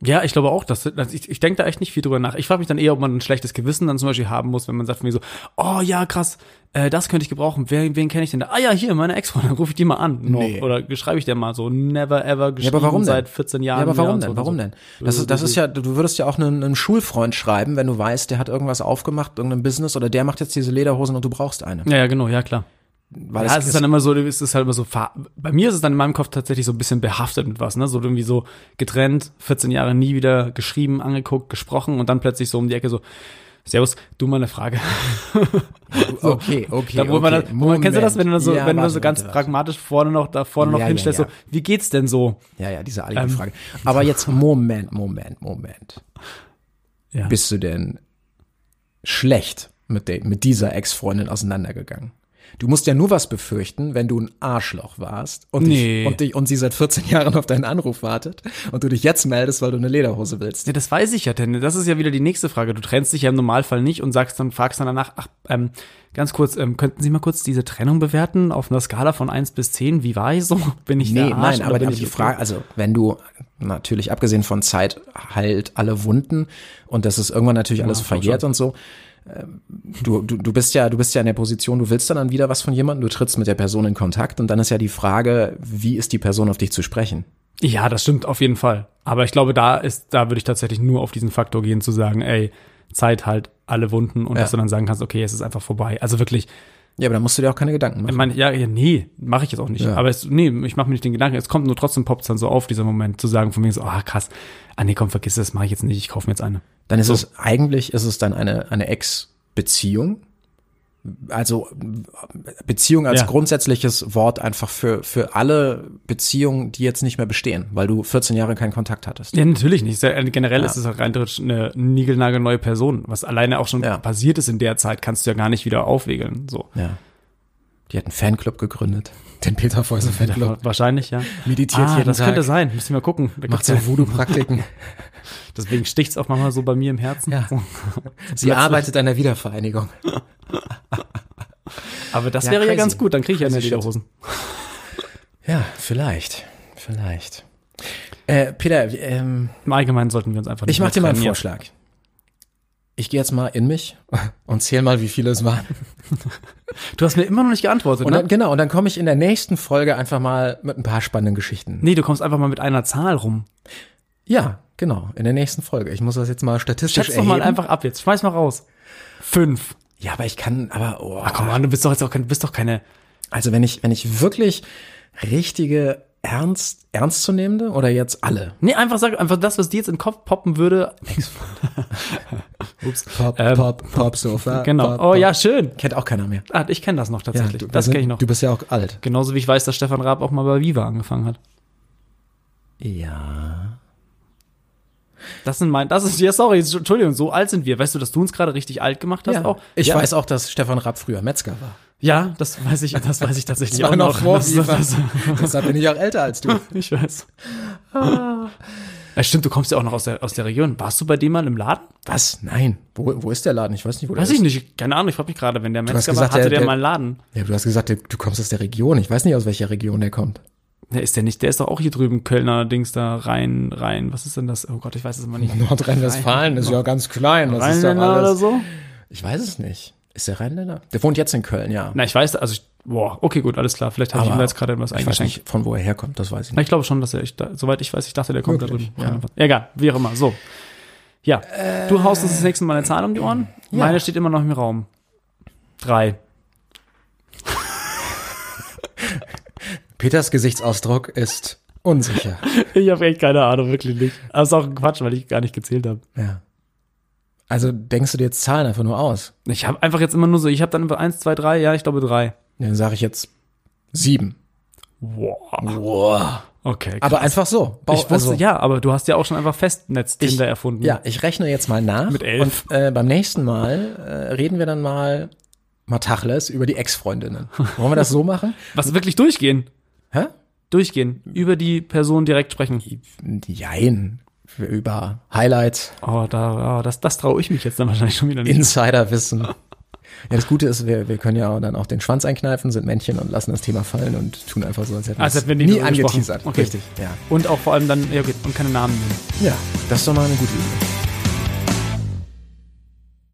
Speaker 3: Ja, ich glaube auch, dass dass ich, ich denke da echt nicht viel drüber nach. Ich frage mich dann eher, ob man ein schlechtes Gewissen dann zum Beispiel haben muss, wenn man sagt von mir so, oh ja, krass, äh, das könnte ich gebrauchen. Wen, wen kenne ich denn da? Ah ja, hier, meine Ex-Freundin, rufe ich die mal an. No.
Speaker 2: Nee.
Speaker 3: Oder schreibe ich der mal so, never ever geschrieben
Speaker 2: Ja, aber warum denn?
Speaker 3: seit 14 Jahren.
Speaker 2: Ja, aber warum
Speaker 3: und
Speaker 2: denn?
Speaker 3: und
Speaker 2: Warum denn? Das ist, das ist ja, du würdest ja auch einen, einen Schulfreund schreiben, wenn du weißt, der hat irgendwas aufgemacht, irgendein Business oder der macht jetzt diese Lederhosen und du brauchst eine.
Speaker 3: Ja, ja, genau, ja, klar.
Speaker 2: Weil es-
Speaker 3: Ja, es
Speaker 2: es-
Speaker 3: ist dann immer so, es ist halt immer so, ver- bei mir ist es dann in meinem Kopf tatsächlich so ein bisschen behaftet mit was, ne? So irgendwie so getrennt, 14 Jahre nie wieder geschrieben, angeguckt, gesprochen und dann plötzlich so um die Ecke so, Servus, du mal eine Frage. *laughs*
Speaker 2: okay, okay.
Speaker 3: Da, wo
Speaker 2: okay.
Speaker 3: man, dann- wo man, kennst du das, wenn du dann so,
Speaker 2: Ja,
Speaker 3: wenn du dann
Speaker 2: warte,
Speaker 3: so ganz
Speaker 2: warte, warte.
Speaker 3: pragmatisch vorne noch, da vorne noch
Speaker 2: Ja, ja,
Speaker 3: hinstellst,
Speaker 2: ja.
Speaker 3: so, wie geht's denn so?
Speaker 2: Ja, ja, diese
Speaker 3: Ähm,
Speaker 2: alte Frage. Aber jetzt, Moment, Moment, Moment.
Speaker 3: Ja.
Speaker 2: Bist du denn schlecht mit, de mit dieser Ex-Freundin auseinandergegangen? Du musst ja nur was befürchten, wenn du ein Arschloch warst und,
Speaker 3: Nee.
Speaker 2: dich, und, dich, und sie seit 14 *laughs* Jahren auf deinen Anruf wartet und du dich jetzt meldest, weil du eine Lederhose willst.
Speaker 3: Ja, das weiß ich ja, denn das ist ja wieder die nächste Frage. Du trennst dich ja im Normalfall nicht und sagst dann, fragst dann danach, ach, ähm, ganz kurz, ähm, könnten Sie mal kurz diese Trennung bewerten auf einer Skala von 1 bis 10? Wie war ich so? *laughs* Bin ich
Speaker 2: Nee,
Speaker 3: der Arsch
Speaker 2: nein,
Speaker 3: oder
Speaker 2: aber,
Speaker 3: bin
Speaker 2: aber
Speaker 3: ich
Speaker 2: die
Speaker 3: okay?
Speaker 2: Frage, also wenn du natürlich abgesehen von Zeit heilt alle Wunden und das ist irgendwann natürlich alles
Speaker 3: ich glaub
Speaker 2: verjährt und so. ähm, Du, du, du bist ja, du bist ja in der Position, du willst dann, dann wieder was von jemandem, du trittst mit der Person in Kontakt und dann ist ja die Frage, wie ist die Person auf dich zu sprechen?
Speaker 3: Ja, das stimmt auf jeden Fall. Aber ich glaube, da ist, da würde ich tatsächlich nur auf diesen Faktor gehen, zu sagen, ey, Zeit halt alle Wunden und dass du dann sagen kannst, okay, es ist einfach vorbei. Also wirklich,
Speaker 2: Ja, aber da musst du dir auch keine Gedanken
Speaker 3: Ich
Speaker 2: machen.
Speaker 3: meine, ja, ja, nee, mache ich jetzt auch nicht.
Speaker 2: Ja.
Speaker 3: Aber es, nee, ich mache mir nicht den Gedanken. Es kommt nur trotzdem poppt dann so auf, dieser Moment zu sagen von wegen so, ah krass, ah nee, komm, vergiss das, mache ich jetzt nicht, ich kaufe mir jetzt eine.
Speaker 2: Dann ist es, eigentlich ist es dann eine, eine Ex-Beziehung. Also Beziehung als
Speaker 3: Ja.
Speaker 2: grundsätzliches Wort einfach für, für alle Beziehungen, die jetzt nicht mehr bestehen, weil du 14 Jahre keinen Kontakt hattest.
Speaker 3: Ja, natürlich nicht. Sehr- Generell
Speaker 2: Ja.
Speaker 3: ist es auch rein theoretisch eine niegelnagelneue Person. Was alleine auch schon
Speaker 2: Ja.
Speaker 3: passiert ist in der Zeit, kannst du ja gar nicht wieder aufwiegeln. So.
Speaker 2: Ja. Die hat einen Fanclub gegründet. Den Peter Fäuse Fanclub.
Speaker 3: Wahrscheinlich, ja. Ah,
Speaker 2: Meditiert jeden
Speaker 3: das
Speaker 2: Tag.
Speaker 3: könnte sein. Müssen wir mal gucken. Da
Speaker 2: *laughs* Macht
Speaker 3: gibt's
Speaker 2: so
Speaker 3: ja,
Speaker 2: Voodoo-Praktiken.
Speaker 3: deswegen sticht's auch manchmal so bei mir im Herzen.
Speaker 2: *laughs* Ja. Sie arbeitet an der Wiedervereinigung.
Speaker 3: Aber das
Speaker 2: Ja,
Speaker 3: wäre ja
Speaker 2: crazy.
Speaker 3: ganz gut, dann kriege ich ja eine
Speaker 2: Crazy shit.
Speaker 3: Lederhosen.
Speaker 2: Ja, vielleicht. Vielleicht. Äh, Peter, ähm,
Speaker 3: Im Allgemeinen sollten wir uns einfach
Speaker 2: ich
Speaker 3: nicht
Speaker 2: mach dir mal einen
Speaker 3: trainieren.
Speaker 2: Vorschlag. Ich gehe jetzt mal in mich *laughs* und zähle mal, wie viele es waren.
Speaker 3: Du hast mir immer noch nicht geantwortet,
Speaker 2: Und
Speaker 3: ne?
Speaker 2: dann, genau, und dann komme ich in der nächsten Folge einfach mal mit ein paar spannenden Geschichten.
Speaker 3: Nee, du kommst einfach mal mit einer Zahl rum.
Speaker 2: Ja, genau, in der nächsten Folge. Ich muss das jetzt mal statistisch
Speaker 3: Schätz doch
Speaker 2: erheben.
Speaker 3: mal einfach ab jetzt. Schmeiß mal raus. Fünf.
Speaker 2: ja, aber ich kann, aber oh,
Speaker 3: Ach, Ah, komm an, du bist doch jetzt auch kein, bist doch keine.
Speaker 2: also wenn ich, wenn ich wirklich richtige ernst ernstzunehmende oder jetzt alle
Speaker 3: Nee, einfach sag einfach das, was dir jetzt in den Kopf poppen würde. Ups.
Speaker 2: Pop,
Speaker 3: Ähm,
Speaker 2: Pop, Pop Sofa.
Speaker 3: Genau. Oh ja, schön.
Speaker 2: kennt auch keiner mehr.
Speaker 3: Ah, ich kenne das noch
Speaker 2: Ja,
Speaker 3: tatsächlich.
Speaker 2: du,
Speaker 3: das
Speaker 2: wir sind-
Speaker 3: kenne ich noch.
Speaker 2: Du bist ja auch alt.
Speaker 3: Genauso wie ich weiß, dass Stefan Raab auch mal bei Viva angefangen hat.
Speaker 2: Ja.
Speaker 3: Das sind mein, das ist, ja, sorry, Entschuldigung, so alt sind wir. Weißt du, dass du uns gerade richtig alt gemacht hast auch?
Speaker 2: Ich
Speaker 3: ja,
Speaker 2: weiß auch, dass Stefan Rapp früher Metzger war.
Speaker 3: Ja, das weiß ich, das weiß ich tatsächlich auch
Speaker 2: war noch
Speaker 3: noch.
Speaker 2: vor
Speaker 3: das,
Speaker 2: Viva.
Speaker 3: das,
Speaker 2: Deshalb bin ich auch älter als du.
Speaker 3: ich weiß. Ah. Ja, stimmt, du kommst ja auch noch aus der, aus der Region. Warst du bei dem mal im Laden?
Speaker 2: Was? Nein. Wo, wo ist der Laden? Ich weiß nicht, wo
Speaker 3: Weiß
Speaker 2: der
Speaker 3: ich
Speaker 2: ist.
Speaker 3: nicht. Keine Ahnung, ich frag mich gerade, wenn der
Speaker 2: hast
Speaker 3: Metzger war,
Speaker 2: gesagt,
Speaker 3: hatte
Speaker 2: der-
Speaker 3: der,
Speaker 2: der-
Speaker 3: mal einen Laden.
Speaker 2: Ja, du hast gesagt, der- du kommst aus der Region. Ich weiß nicht, aus welcher Region der kommt.
Speaker 3: Der ist der nicht, der ist doch auch hier drüben, Kölner Dings da, rein, rein. Was ist denn das? Oh Gott, ich weiß es immer nicht.
Speaker 2: Nordrhein-Westfalen ist ja ganz klein. Das ist doch
Speaker 3: Rheinländer oder
Speaker 2: alles.
Speaker 3: so?
Speaker 2: Ich weiß es nicht. Ist der Rheinländer? Der wohnt jetzt in Köln, ja.
Speaker 3: Na, ich weiß, also ich, boah, okay, gut, alles klar. Vielleicht habe ich
Speaker 2: Aber
Speaker 3: ihm da jetzt gerade etwas
Speaker 2: Ich weiß
Speaker 3: eingeschenkt.
Speaker 2: nicht, von wo er herkommt, das weiß ich
Speaker 3: Na,
Speaker 2: nicht.
Speaker 3: ich glaube schon, dass er, ich, da, soweit ich weiß, ich dachte, der kommt
Speaker 2: Möglich,
Speaker 3: da drüben. Ja. Äh. Egal, wie auch immer. So. Ja. du haust uns das nächste Mal eine Zahl um die Ohren. Meine steht immer noch im Raum. Drei.
Speaker 2: Peters Gesichtsausdruck ist
Speaker 3: *laughs*
Speaker 2: unsicher.
Speaker 3: *laughs* Ich habe echt keine Ahnung, wirklich nicht. Das ist auch Quatsch, weil ich gar nicht gezählt habe.
Speaker 2: Ja. Also denkst du dir jetzt Zahlen einfach nur aus?
Speaker 3: Ich habe einfach jetzt immer nur so, ich habe dann immer eins, zwei, drei, ja, ich glaube drei.
Speaker 2: Dann sage ich jetzt sieben.
Speaker 3: Wow.
Speaker 2: Boah.
Speaker 3: Okay. krass.
Speaker 2: Aber einfach so. Bau-
Speaker 3: ich wusste,
Speaker 2: also,
Speaker 3: ja, aber du hast ja auch schon einfach Festnetz-Tinder
Speaker 2: Ich-
Speaker 3: erfunden.
Speaker 2: Ja, ich rechne jetzt mal nach.
Speaker 3: Hm. Mit elf.
Speaker 2: Und äh, beim nächsten Mal äh, reden wir dann mal Matachles über die Ex-Freundinnen. Wollen wir das so
Speaker 3: *laughs*
Speaker 2: machen?
Speaker 3: Was wirklich durchgehen.
Speaker 2: Hä?
Speaker 3: Durchgehen. Über die Person direkt sprechen.
Speaker 2: Jein. Über Highlights,
Speaker 3: Oh, da, oh, das, das traue ich mich jetzt dann wahrscheinlich schon wieder nicht. *laughs*
Speaker 2: Insiderwissen. Ja, das Gute ist, wir, wir können ja dann auch den Schwanz einkneifen, sind Männchen und lassen das Thema fallen und tun einfach so, als hätten
Speaker 3: Als
Speaker 2: wir es
Speaker 3: hätten wir nie
Speaker 2: nie
Speaker 3: drüber gesprochen.
Speaker 2: angeteasert.
Speaker 3: Okay.
Speaker 2: Richtig, ja.
Speaker 3: Und auch vor allem dann, ja, okay, und keine Namen nennen.
Speaker 2: Ja, das ist doch mal eine gute Idee.